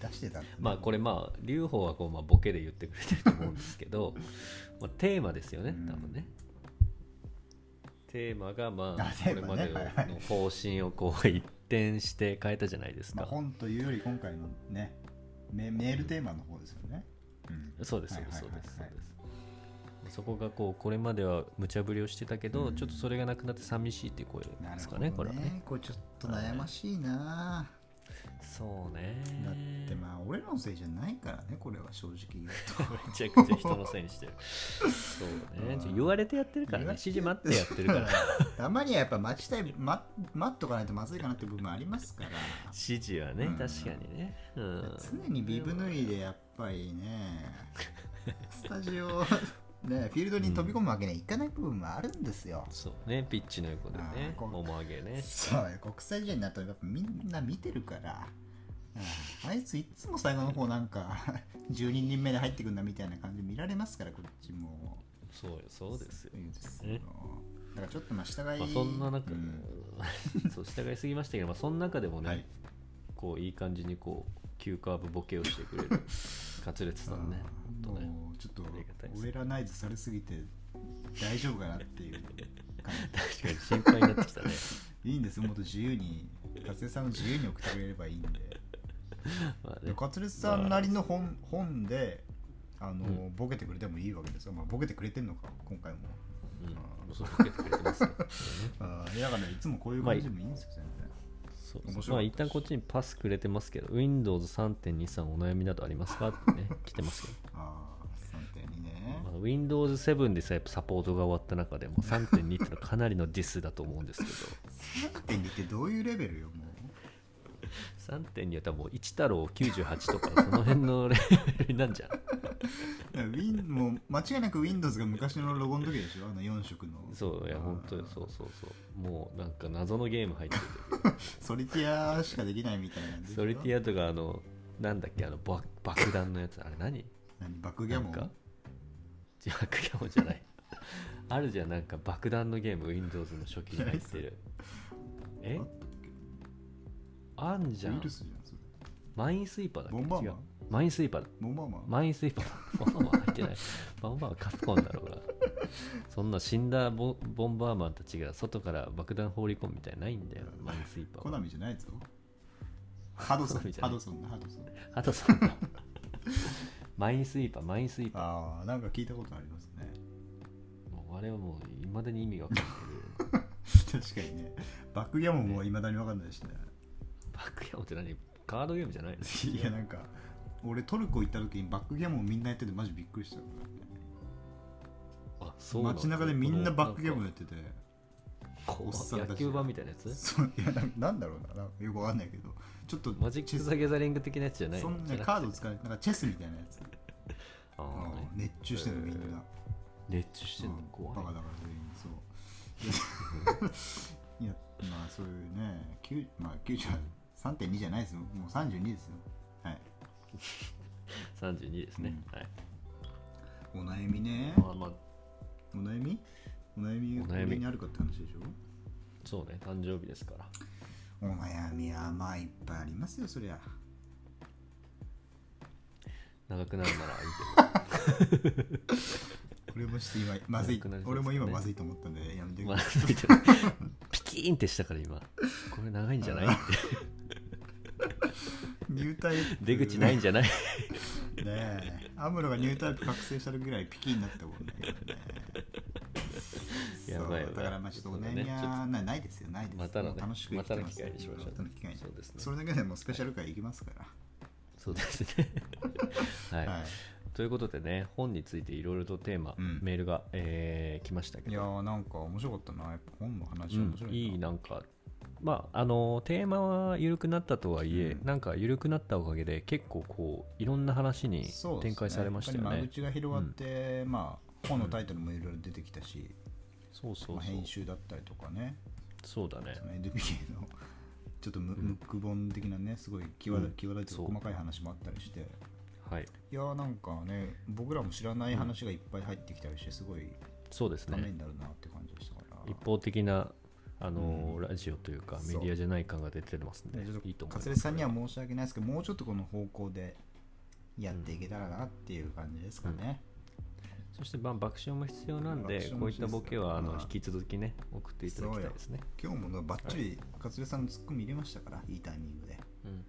[SPEAKER 2] ら出してたんだね
[SPEAKER 1] まあこれまあ隆法はこうまあボケで言ってくれてると思うんですけ どまあテーマですよね多分ね、テーマがま
[SPEAKER 2] あ
[SPEAKER 1] あこ
[SPEAKER 2] テ
[SPEAKER 1] れ
[SPEAKER 2] ーマ
[SPEAKER 1] ま
[SPEAKER 2] ね
[SPEAKER 1] での方針をこう一転して変えたじゃないです
[SPEAKER 2] まあ
[SPEAKER 1] か、
[SPEAKER 2] 本というより今回のねメメールテーマの方ですよね、うん
[SPEAKER 1] そうです
[SPEAKER 2] は
[SPEAKER 1] そ
[SPEAKER 2] いう
[SPEAKER 1] ですそ
[SPEAKER 2] は
[SPEAKER 1] う
[SPEAKER 2] いは
[SPEAKER 1] ですそ
[SPEAKER 2] いはいう
[SPEAKER 1] ですそこがこうこれまでは無茶ぶりをしてたけど、
[SPEAKER 2] うん
[SPEAKER 1] ちょっとそれがなくなって寂しいっていう声で
[SPEAKER 2] なる
[SPEAKER 1] す
[SPEAKER 2] ほ
[SPEAKER 1] か
[SPEAKER 2] ど
[SPEAKER 1] ね
[SPEAKER 2] ね
[SPEAKER 1] これはね
[SPEAKER 2] これちょっと悩ましいな、
[SPEAKER 1] そうね
[SPEAKER 2] だってまあ俺らのせいじゃないからねこれは正直言うと
[SPEAKER 1] めちゃくちゃ人のせいにしてるそうね
[SPEAKER 2] うん
[SPEAKER 1] ちょ言われてやってるからね
[SPEAKER 2] 言われ
[SPEAKER 1] 指
[SPEAKER 2] て
[SPEAKER 1] 示待ってやってるから
[SPEAKER 2] たまにはやっぱ待ちたい待待っとかないとまずいかなって部分ありますから
[SPEAKER 1] 指示はね、
[SPEAKER 2] うん
[SPEAKER 1] 確かにね、うん、
[SPEAKER 2] 常にビブ脱いでやっぱり ねスタジオねフィールドに飛び込むわけにはいかない部分もあるんですよ、
[SPEAKER 1] そうねピッチの横で
[SPEAKER 2] あー
[SPEAKER 1] ね
[SPEAKER 2] こう
[SPEAKER 1] もも上げね
[SPEAKER 2] そうよ国際試合になるとやっぱみんな見てるから、うんあいついっつも最後の方なんか 12人目で入ってくんだみたいな感じで見られますからこっちも
[SPEAKER 1] そうよそうですよ、
[SPEAKER 2] そうです
[SPEAKER 1] ね
[SPEAKER 2] よだからちょっとまあ従い、
[SPEAKER 1] まあ、そんな中、
[SPEAKER 2] う
[SPEAKER 1] そう従いすぎましたけど、まあ、その中でもね、
[SPEAKER 2] はい
[SPEAKER 1] こういい感じにこう急カーブボケをしてくれる 勝烈さんね
[SPEAKER 2] う
[SPEAKER 1] ほ
[SPEAKER 2] ん
[SPEAKER 1] んとね
[SPEAKER 2] もうちょっと
[SPEAKER 1] ありがたいです
[SPEAKER 2] 俺らナイズされすぎて大丈夫かなってい う感
[SPEAKER 1] 確
[SPEAKER 2] じ
[SPEAKER 1] かに心配になってきた ね
[SPEAKER 2] いいんですよもっと自由に勝烈さんの自由に送ってくれればいいんで
[SPEAKER 1] まあ
[SPEAKER 2] で
[SPEAKER 1] ね
[SPEAKER 2] 勝烈さんなりの本本であの、
[SPEAKER 1] う
[SPEAKER 2] ボケてくれてもいいわけですよ、まあ、ボケてくれてんのか今回も
[SPEAKER 1] うん、そうボケてくれてますよ
[SPEAKER 2] あーだからねいつもこういう感じでもいいんですよ全然、
[SPEAKER 1] そう
[SPEAKER 2] 面白かったです
[SPEAKER 1] まあ一旦こっちにパスくれてますけど Windows3.23 お悩みなどありますかってね来てますけど
[SPEAKER 2] ああ3.2ね、
[SPEAKER 1] まあ Windows7 でさえやっぱサポートが終わった中でも3.2ってのはかなりのディスだと思うんですけ
[SPEAKER 2] 3.2ってどういうレベルよもう
[SPEAKER 1] ど3.2は多分もう一太郎98とかその辺のレベルになんじゃん
[SPEAKER 2] だから Win もう間違いなく Windows が昔のロゴの時でしょあの4色の
[SPEAKER 1] そういや本当にそうそうそうもうなんか謎のゲーム入ってて
[SPEAKER 2] ソリティアしかできないみたいなんで
[SPEAKER 1] ソリテ
[SPEAKER 2] ア
[SPEAKER 1] ィアとかあのなんだっけあのば爆弾のやつあれ何
[SPEAKER 2] 何バックギ
[SPEAKER 1] な
[SPEAKER 2] ャ
[SPEAKER 1] ん
[SPEAKER 2] モ
[SPEAKER 1] か
[SPEAKER 2] ン
[SPEAKER 1] 自爆ギャモンじゃない あるじゃんなんか爆弾のゲーム Windows の初期に入ってる えあんじゃ
[SPEAKER 2] ウイ
[SPEAKER 1] ん
[SPEAKER 2] ルスじゃんそれ
[SPEAKER 1] マインスイーパーだっけ
[SPEAKER 2] ボンバー
[SPEAKER 1] 違
[SPEAKER 2] マ
[SPEAKER 1] う
[SPEAKER 2] ン
[SPEAKER 1] マインスイーパーだ
[SPEAKER 2] ボンバーマン
[SPEAKER 1] マインスイーパーボンバーマン入ってないボンバーマンはカプコンだろうがそんな死んだボボンバーマンたちが外から爆弾放り込むみたいなのないんだよマインスイーパー
[SPEAKER 2] コ
[SPEAKER 1] は
[SPEAKER 2] ナミじゃないぞハドソ
[SPEAKER 1] コ
[SPEAKER 2] ン
[SPEAKER 1] ナミじゃない
[SPEAKER 2] ハドソンだハドソン
[SPEAKER 1] あとそんなマインスイーパーマインスイーパ
[SPEAKER 2] ああなんか聞いたことありますね
[SPEAKER 1] ーもうあれはもういまだに意味が分かんないけど
[SPEAKER 2] 確かにねバックギャモンもいまだに分かんないしね
[SPEAKER 1] バックヤードって何カードゲームじゃないの
[SPEAKER 2] いやなんか俺トルコ行った時にバックギャモンみんなやっててマジびっくりした
[SPEAKER 1] あそうなんだ
[SPEAKER 2] 街中でみんなバックギャモンやってて
[SPEAKER 1] この
[SPEAKER 2] おっさんたち
[SPEAKER 1] 野球盤みたいなやつ
[SPEAKER 2] そういやななんだろうななんかよくわかんないけどちょっと
[SPEAKER 1] マジッ
[SPEAKER 2] チ
[SPEAKER 1] ク・
[SPEAKER 2] ェス
[SPEAKER 1] ザ・ギャザリング的なやつじゃない
[SPEAKER 2] そんなカード使えなんかチェスみたいなやつ、
[SPEAKER 1] あーね
[SPEAKER 2] 熱中してるのみんな、
[SPEAKER 1] えー熱中してんの
[SPEAKER 2] うん
[SPEAKER 1] 怖い
[SPEAKER 2] バカだから全員そういやまあそういうね9まあ93.2じゃないですよもう32ですよはい
[SPEAKER 1] 32ですね、はい
[SPEAKER 2] お悩みね
[SPEAKER 1] まあまあ
[SPEAKER 2] お悩みお悩み
[SPEAKER 1] お悩
[SPEAKER 2] が
[SPEAKER 1] み
[SPEAKER 2] 俺にあるかって話でしょ
[SPEAKER 1] そうね誕生日ですから
[SPEAKER 2] お悩みはまあいっぱいありますよそりゃ
[SPEAKER 1] 長くなるならいい
[SPEAKER 2] 俺もちょっと 今まずい
[SPEAKER 1] なくなりそうで
[SPEAKER 2] 俺
[SPEAKER 1] すね
[SPEAKER 2] も今まずいと思ったんでやめ
[SPEAKER 1] け
[SPEAKER 2] てく
[SPEAKER 1] ど、ま
[SPEAKER 2] だ
[SPEAKER 1] あ
[SPEAKER 2] さい、
[SPEAKER 1] 見てないピキーンってしたから今これ長いんじゃない
[SPEAKER 2] あニュータイプ
[SPEAKER 1] 出口ないん
[SPEAKER 2] ね
[SPEAKER 1] じゃない
[SPEAKER 2] えアムロがニュータイプ覚醒した時ぐらいピキになってたもんね
[SPEAKER 1] いやや
[SPEAKER 2] そう
[SPEAKER 1] ばいよ
[SPEAKER 2] だからまあちょっとお悩み
[SPEAKER 1] そうだねちょっ
[SPEAKER 2] はなないですよ、ないです。
[SPEAKER 1] またのね
[SPEAKER 2] もう楽しく生きてます
[SPEAKER 1] またの機会にしましょう
[SPEAKER 2] またの機会に
[SPEAKER 1] そうですね
[SPEAKER 2] それだけでもうスペシャル回いきますから。
[SPEAKER 1] そうですねはい、
[SPEAKER 2] はい
[SPEAKER 1] ということでね本についていろいろとテーマ、
[SPEAKER 2] うん
[SPEAKER 1] メールが、えー来ましたけど
[SPEAKER 2] いやーなんか面白かったな、やっぱ本の話
[SPEAKER 1] う
[SPEAKER 2] 面
[SPEAKER 1] ん
[SPEAKER 2] 白いな。
[SPEAKER 1] いいなんかまああのテーマは緩くなったとはいえ、
[SPEAKER 2] うん
[SPEAKER 1] なんか緩くなったおかげで結構こういろんな話に
[SPEAKER 2] そうですね
[SPEAKER 1] 展開されましたよ
[SPEAKER 2] やっぱり間
[SPEAKER 1] ね
[SPEAKER 2] 口が広がって、まあ本のタイトルもいろいろ出てきたし、
[SPEAKER 1] そうそう
[SPEAKER 2] まあ、
[SPEAKER 1] そう
[SPEAKER 2] 編集だったりとかね、
[SPEAKER 1] そうだね
[SPEAKER 2] その NPK のちょっとム,、
[SPEAKER 1] うん
[SPEAKER 2] ック本的なね、すごい際立
[SPEAKER 1] うん
[SPEAKER 2] 際立つ
[SPEAKER 1] そう
[SPEAKER 2] 細かい話もあったりして、
[SPEAKER 1] はい
[SPEAKER 2] いやーなんかね、僕らも知らない話がいっぱい入ってきたりして、すごい
[SPEAKER 1] そうです
[SPEAKER 2] ため
[SPEAKER 1] ね
[SPEAKER 2] になるなって感じでしたから。
[SPEAKER 1] 一方的なあの、
[SPEAKER 2] うん
[SPEAKER 1] ラジオというかメ
[SPEAKER 2] そう
[SPEAKER 1] ディアじゃない感が出てますんで
[SPEAKER 2] ねちょっ
[SPEAKER 1] いいと
[SPEAKER 2] と
[SPEAKER 1] 思いま
[SPEAKER 2] 勝
[SPEAKER 1] す
[SPEAKER 2] 利さんには申し訳ないですけど、もうちょっとこの方向でやっていけたらなっていう感じですかね。
[SPEAKER 1] そして、まあ、爆笑も必要なん
[SPEAKER 2] 爆
[SPEAKER 1] で
[SPEAKER 2] 笑も
[SPEAKER 1] こういったボケはあ
[SPEAKER 2] 必
[SPEAKER 1] の
[SPEAKER 2] 要で
[SPEAKER 1] 引
[SPEAKER 2] すよ
[SPEAKER 1] き続きね送っていただきたいですね
[SPEAKER 2] 今日もなバッチリ勝利さんのツッコミ入れましたから、いいタイミングで。
[SPEAKER 1] うん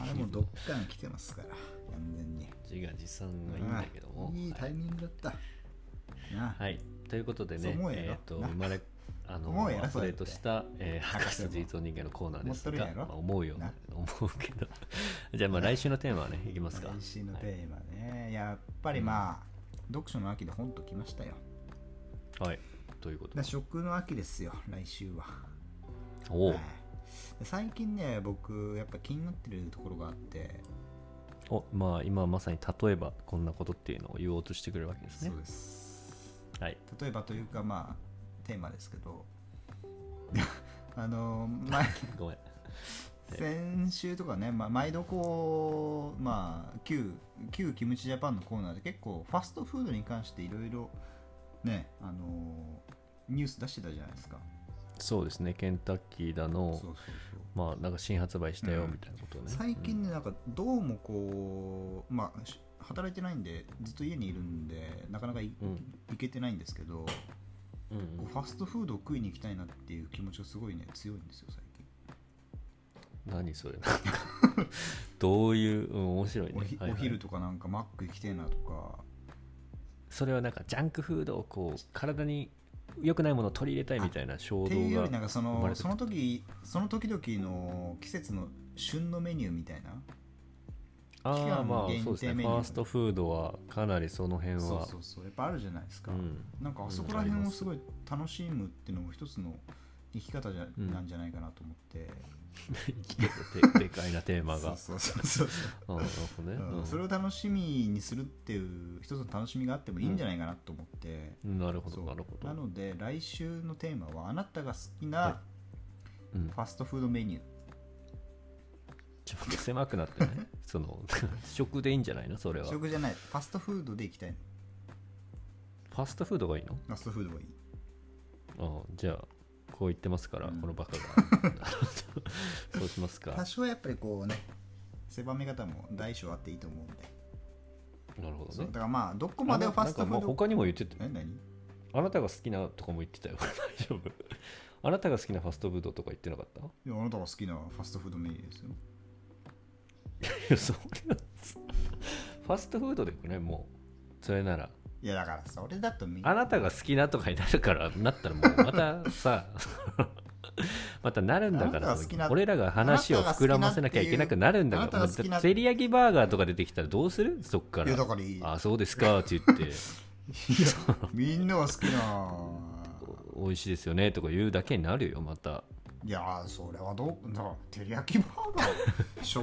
[SPEAKER 2] あれもうどっかに来てますから、完全に。
[SPEAKER 1] 自画自賛がいいんだけども
[SPEAKER 2] ああいいタイミングだった。なあ
[SPEAKER 1] はい、ということで
[SPEAKER 2] そう
[SPEAKER 1] ね
[SPEAKER 2] 思、え
[SPEAKER 1] え
[SPEAKER 2] よ
[SPEAKER 1] っ、と
[SPEAKER 2] な
[SPEAKER 1] 生まれあの
[SPEAKER 2] 思
[SPEAKER 1] ア
[SPEAKER 2] えよ
[SPEAKER 1] ッ
[SPEAKER 2] そ
[SPEAKER 1] プデ
[SPEAKER 2] う
[SPEAKER 1] ー
[SPEAKER 2] やって
[SPEAKER 1] トした、えー、博士と人造人間のコーナーです
[SPEAKER 2] 思っ
[SPEAKER 1] が
[SPEAKER 2] と、る
[SPEAKER 1] ま
[SPEAKER 2] やろ
[SPEAKER 1] あ、思うような
[SPEAKER 2] な
[SPEAKER 1] 思うけど、 じゃあまあ来週のテーマはねいきますか。
[SPEAKER 2] 来週のテーマね、やっぱりまあ、読書の秋で本ときましたよ。
[SPEAKER 1] はい、ということ
[SPEAKER 2] だ
[SPEAKER 1] で。
[SPEAKER 2] 食の秋ですよ、来週は。
[SPEAKER 1] おお
[SPEAKER 2] はい、最近ね僕やっぱ気になってるところがあって、
[SPEAKER 1] お、まあ今まさに例えばこんなことっていうのを言おうとしてくるわけですね。
[SPEAKER 2] です
[SPEAKER 1] はい、
[SPEAKER 2] 例えばというかまあテーマですけ どあの前
[SPEAKER 1] ごめん。
[SPEAKER 2] 先週とかね、まあ、毎度こう、まあ、旧旧キムチジャパンのコーナーで結構ファストフードに関していろいろねあのニュース出してたじゃないですか
[SPEAKER 1] そうですね、ケンタッキーだ
[SPEAKER 2] そう
[SPEAKER 1] の、
[SPEAKER 2] そうそう
[SPEAKER 1] まあなんか新発売したよ
[SPEAKER 2] うん
[SPEAKER 1] みたいなことをね。
[SPEAKER 2] 最近ねなんかどうもこうまあし働いてないんでずっと家にいるんでなかなかい,、
[SPEAKER 1] うん
[SPEAKER 2] いけてないんですけど、
[SPEAKER 1] うん、うん
[SPEAKER 2] ファストフードを食いに行きたいなっていう気持ちがすごいね強いんですよ最近
[SPEAKER 1] 何それ、なんかどういう、うん、面白いね。
[SPEAKER 2] おひ
[SPEAKER 1] はいはい
[SPEAKER 2] お昼とかなんかマック行きたいなとか
[SPEAKER 1] それはなんかジャンクフードをこう体に良くないものを取り入れたいみたいな衝
[SPEAKER 2] っていう
[SPEAKER 1] 動
[SPEAKER 2] よ
[SPEAKER 1] が
[SPEAKER 2] りなんかそ
[SPEAKER 1] 生ま
[SPEAKER 2] の
[SPEAKER 1] れてく
[SPEAKER 2] そ
[SPEAKER 1] る
[SPEAKER 2] の時その時々の季節の旬のメニューみたいな期
[SPEAKER 1] ああ
[SPEAKER 2] 間
[SPEAKER 1] まあ
[SPEAKER 2] 限定
[SPEAKER 1] そうですねフ
[SPEAKER 2] メニュー
[SPEAKER 1] ァーストフードはかなりその辺は
[SPEAKER 2] そうそうそうやっぱあるじゃないですか、
[SPEAKER 1] うん
[SPEAKER 2] なんかあそこら辺をすごい楽しむっていうのも一つの生き方じゃ、
[SPEAKER 1] うん
[SPEAKER 2] なんじゃないかなと思って、
[SPEAKER 1] ででかいなテーマが
[SPEAKER 2] そうそうそうそ
[SPEAKER 1] うん
[SPEAKER 2] う
[SPEAKER 1] なるほどね
[SPEAKER 2] うんそれを楽しみにするっていう一つの楽しみがあってもいいんじゃないかなと思って、
[SPEAKER 1] うんなるほ
[SPEAKER 2] そ
[SPEAKER 1] ど
[SPEAKER 2] う
[SPEAKER 1] なるほど
[SPEAKER 2] なので来週のテーマはあなたが好き
[SPEAKER 1] は
[SPEAKER 2] な
[SPEAKER 1] うん
[SPEAKER 2] ファストフードメニュー、
[SPEAKER 1] ちょっと狭くな ってねその 食でいいんじゃないのそれはフ
[SPEAKER 2] 食じゃないファストフードで行きたい
[SPEAKER 1] ァストフードがいいの
[SPEAKER 2] ファストフードはいい
[SPEAKER 1] ああじゃあこう言ってますから、
[SPEAKER 2] うん
[SPEAKER 1] このバカが そうしますか
[SPEAKER 2] 多少やっぱりこうね狭め方も大小あっていいと思うんで、
[SPEAKER 1] なるほど
[SPEAKER 2] そう
[SPEAKER 1] ね
[SPEAKER 2] だからまあどこまでをファス
[SPEAKER 1] な
[SPEAKER 2] トフー
[SPEAKER 1] んかまあ
[SPEAKER 2] ド
[SPEAKER 1] 他にも言ってて
[SPEAKER 2] え何
[SPEAKER 1] あなたが好きなとかも言ってたよ。大丈夫。あなたが好きなファストフードとか言ってなかった
[SPEAKER 2] いやあなたが好きなファストフードメニューですよ
[SPEAKER 1] いや、それは。 ファストフードでよくね、もう。それなら。
[SPEAKER 2] いやだからそれだとみ
[SPEAKER 1] あなたが好きなとかになるから、なったらもう、またさ、 またなるんだか
[SPEAKER 2] あなた
[SPEAKER 1] ら
[SPEAKER 2] が好きな、
[SPEAKER 1] 俺らが話を膨らませなきゃいけなくなるんだ
[SPEAKER 2] あな
[SPEAKER 1] か
[SPEAKER 2] た
[SPEAKER 1] ら、
[SPEAKER 2] が好きな
[SPEAKER 1] 照り焼きバーガーとか出てきたらどうするそっか
[SPEAKER 2] いやだ
[SPEAKER 1] ら。
[SPEAKER 2] からいいいや
[SPEAKER 1] あ、そうですかって言って、
[SPEAKER 2] みんなが好きな
[SPEAKER 1] 美味しいですよねとか言うだけになるよ、また。
[SPEAKER 2] いやーそれはどうだから照り焼きバーガー小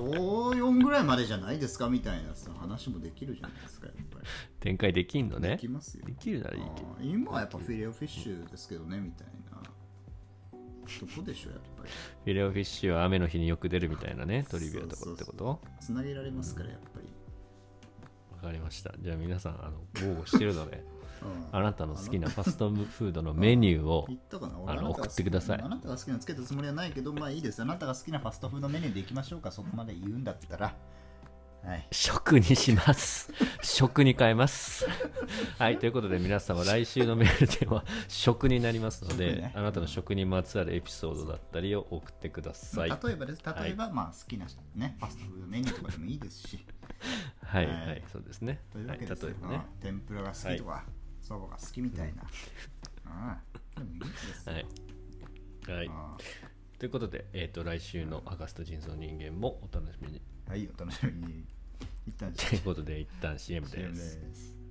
[SPEAKER 2] 4ぐらいまでじゃないですかみたいなさ話もできるじゃないですかやっぱ
[SPEAKER 1] 展開できんの
[SPEAKER 2] りで
[SPEAKER 1] ね。
[SPEAKER 2] きますよ
[SPEAKER 1] できるならいいけど。
[SPEAKER 2] あー今はやっぱフィレオフィッシュですけどねみたいなとこでしょやっぱり
[SPEAKER 1] フィレオフィッシュは雨の日によく出るみたいなね、トリビアとかってことわ
[SPEAKER 2] つなげられますからやっぱり、
[SPEAKER 1] かりました。じゃあ皆さん、あの、防護してるので、
[SPEAKER 2] うん
[SPEAKER 1] あなたの好きなファストフードのメニューを
[SPEAKER 2] 言、ったかな
[SPEAKER 1] あの
[SPEAKER 2] 俺あなたが
[SPEAKER 1] 送ってください
[SPEAKER 2] あなたが好きなのつけたつもりはないけどまあいいですあなたが好きなファストフードメニューでいきましょうかそこまで言うんだったらはい
[SPEAKER 1] 食にします。食に変えます。はい、ということで皆様、来週のメールテーマは食になりますの
[SPEAKER 2] 食
[SPEAKER 1] で、
[SPEAKER 2] ね
[SPEAKER 1] あなたの食にまつわるエピソードだったりを送ってください。は
[SPEAKER 2] 例えばです例えば、まあ好きなねファストフードメニューとかでもいいですし
[SPEAKER 1] い、
[SPEAKER 2] はい
[SPEAKER 1] はい、そうですね。
[SPEAKER 2] という
[SPEAKER 1] は
[SPEAKER 2] わ
[SPEAKER 1] い、例
[SPEAKER 2] け
[SPEAKER 1] え
[SPEAKER 2] ですよ、
[SPEAKER 1] ばね。
[SPEAKER 2] うん天ぷらが好きとか、そばが好きみたいな、うんでもいいです
[SPEAKER 1] はい。はい。
[SPEAKER 2] あ
[SPEAKER 1] ということで、えっ、と、来週の博士と人造人間もお楽しみに。
[SPEAKER 2] ーはい、お楽しみに。一旦
[SPEAKER 1] ということで、一旦 CM です。
[SPEAKER 2] す。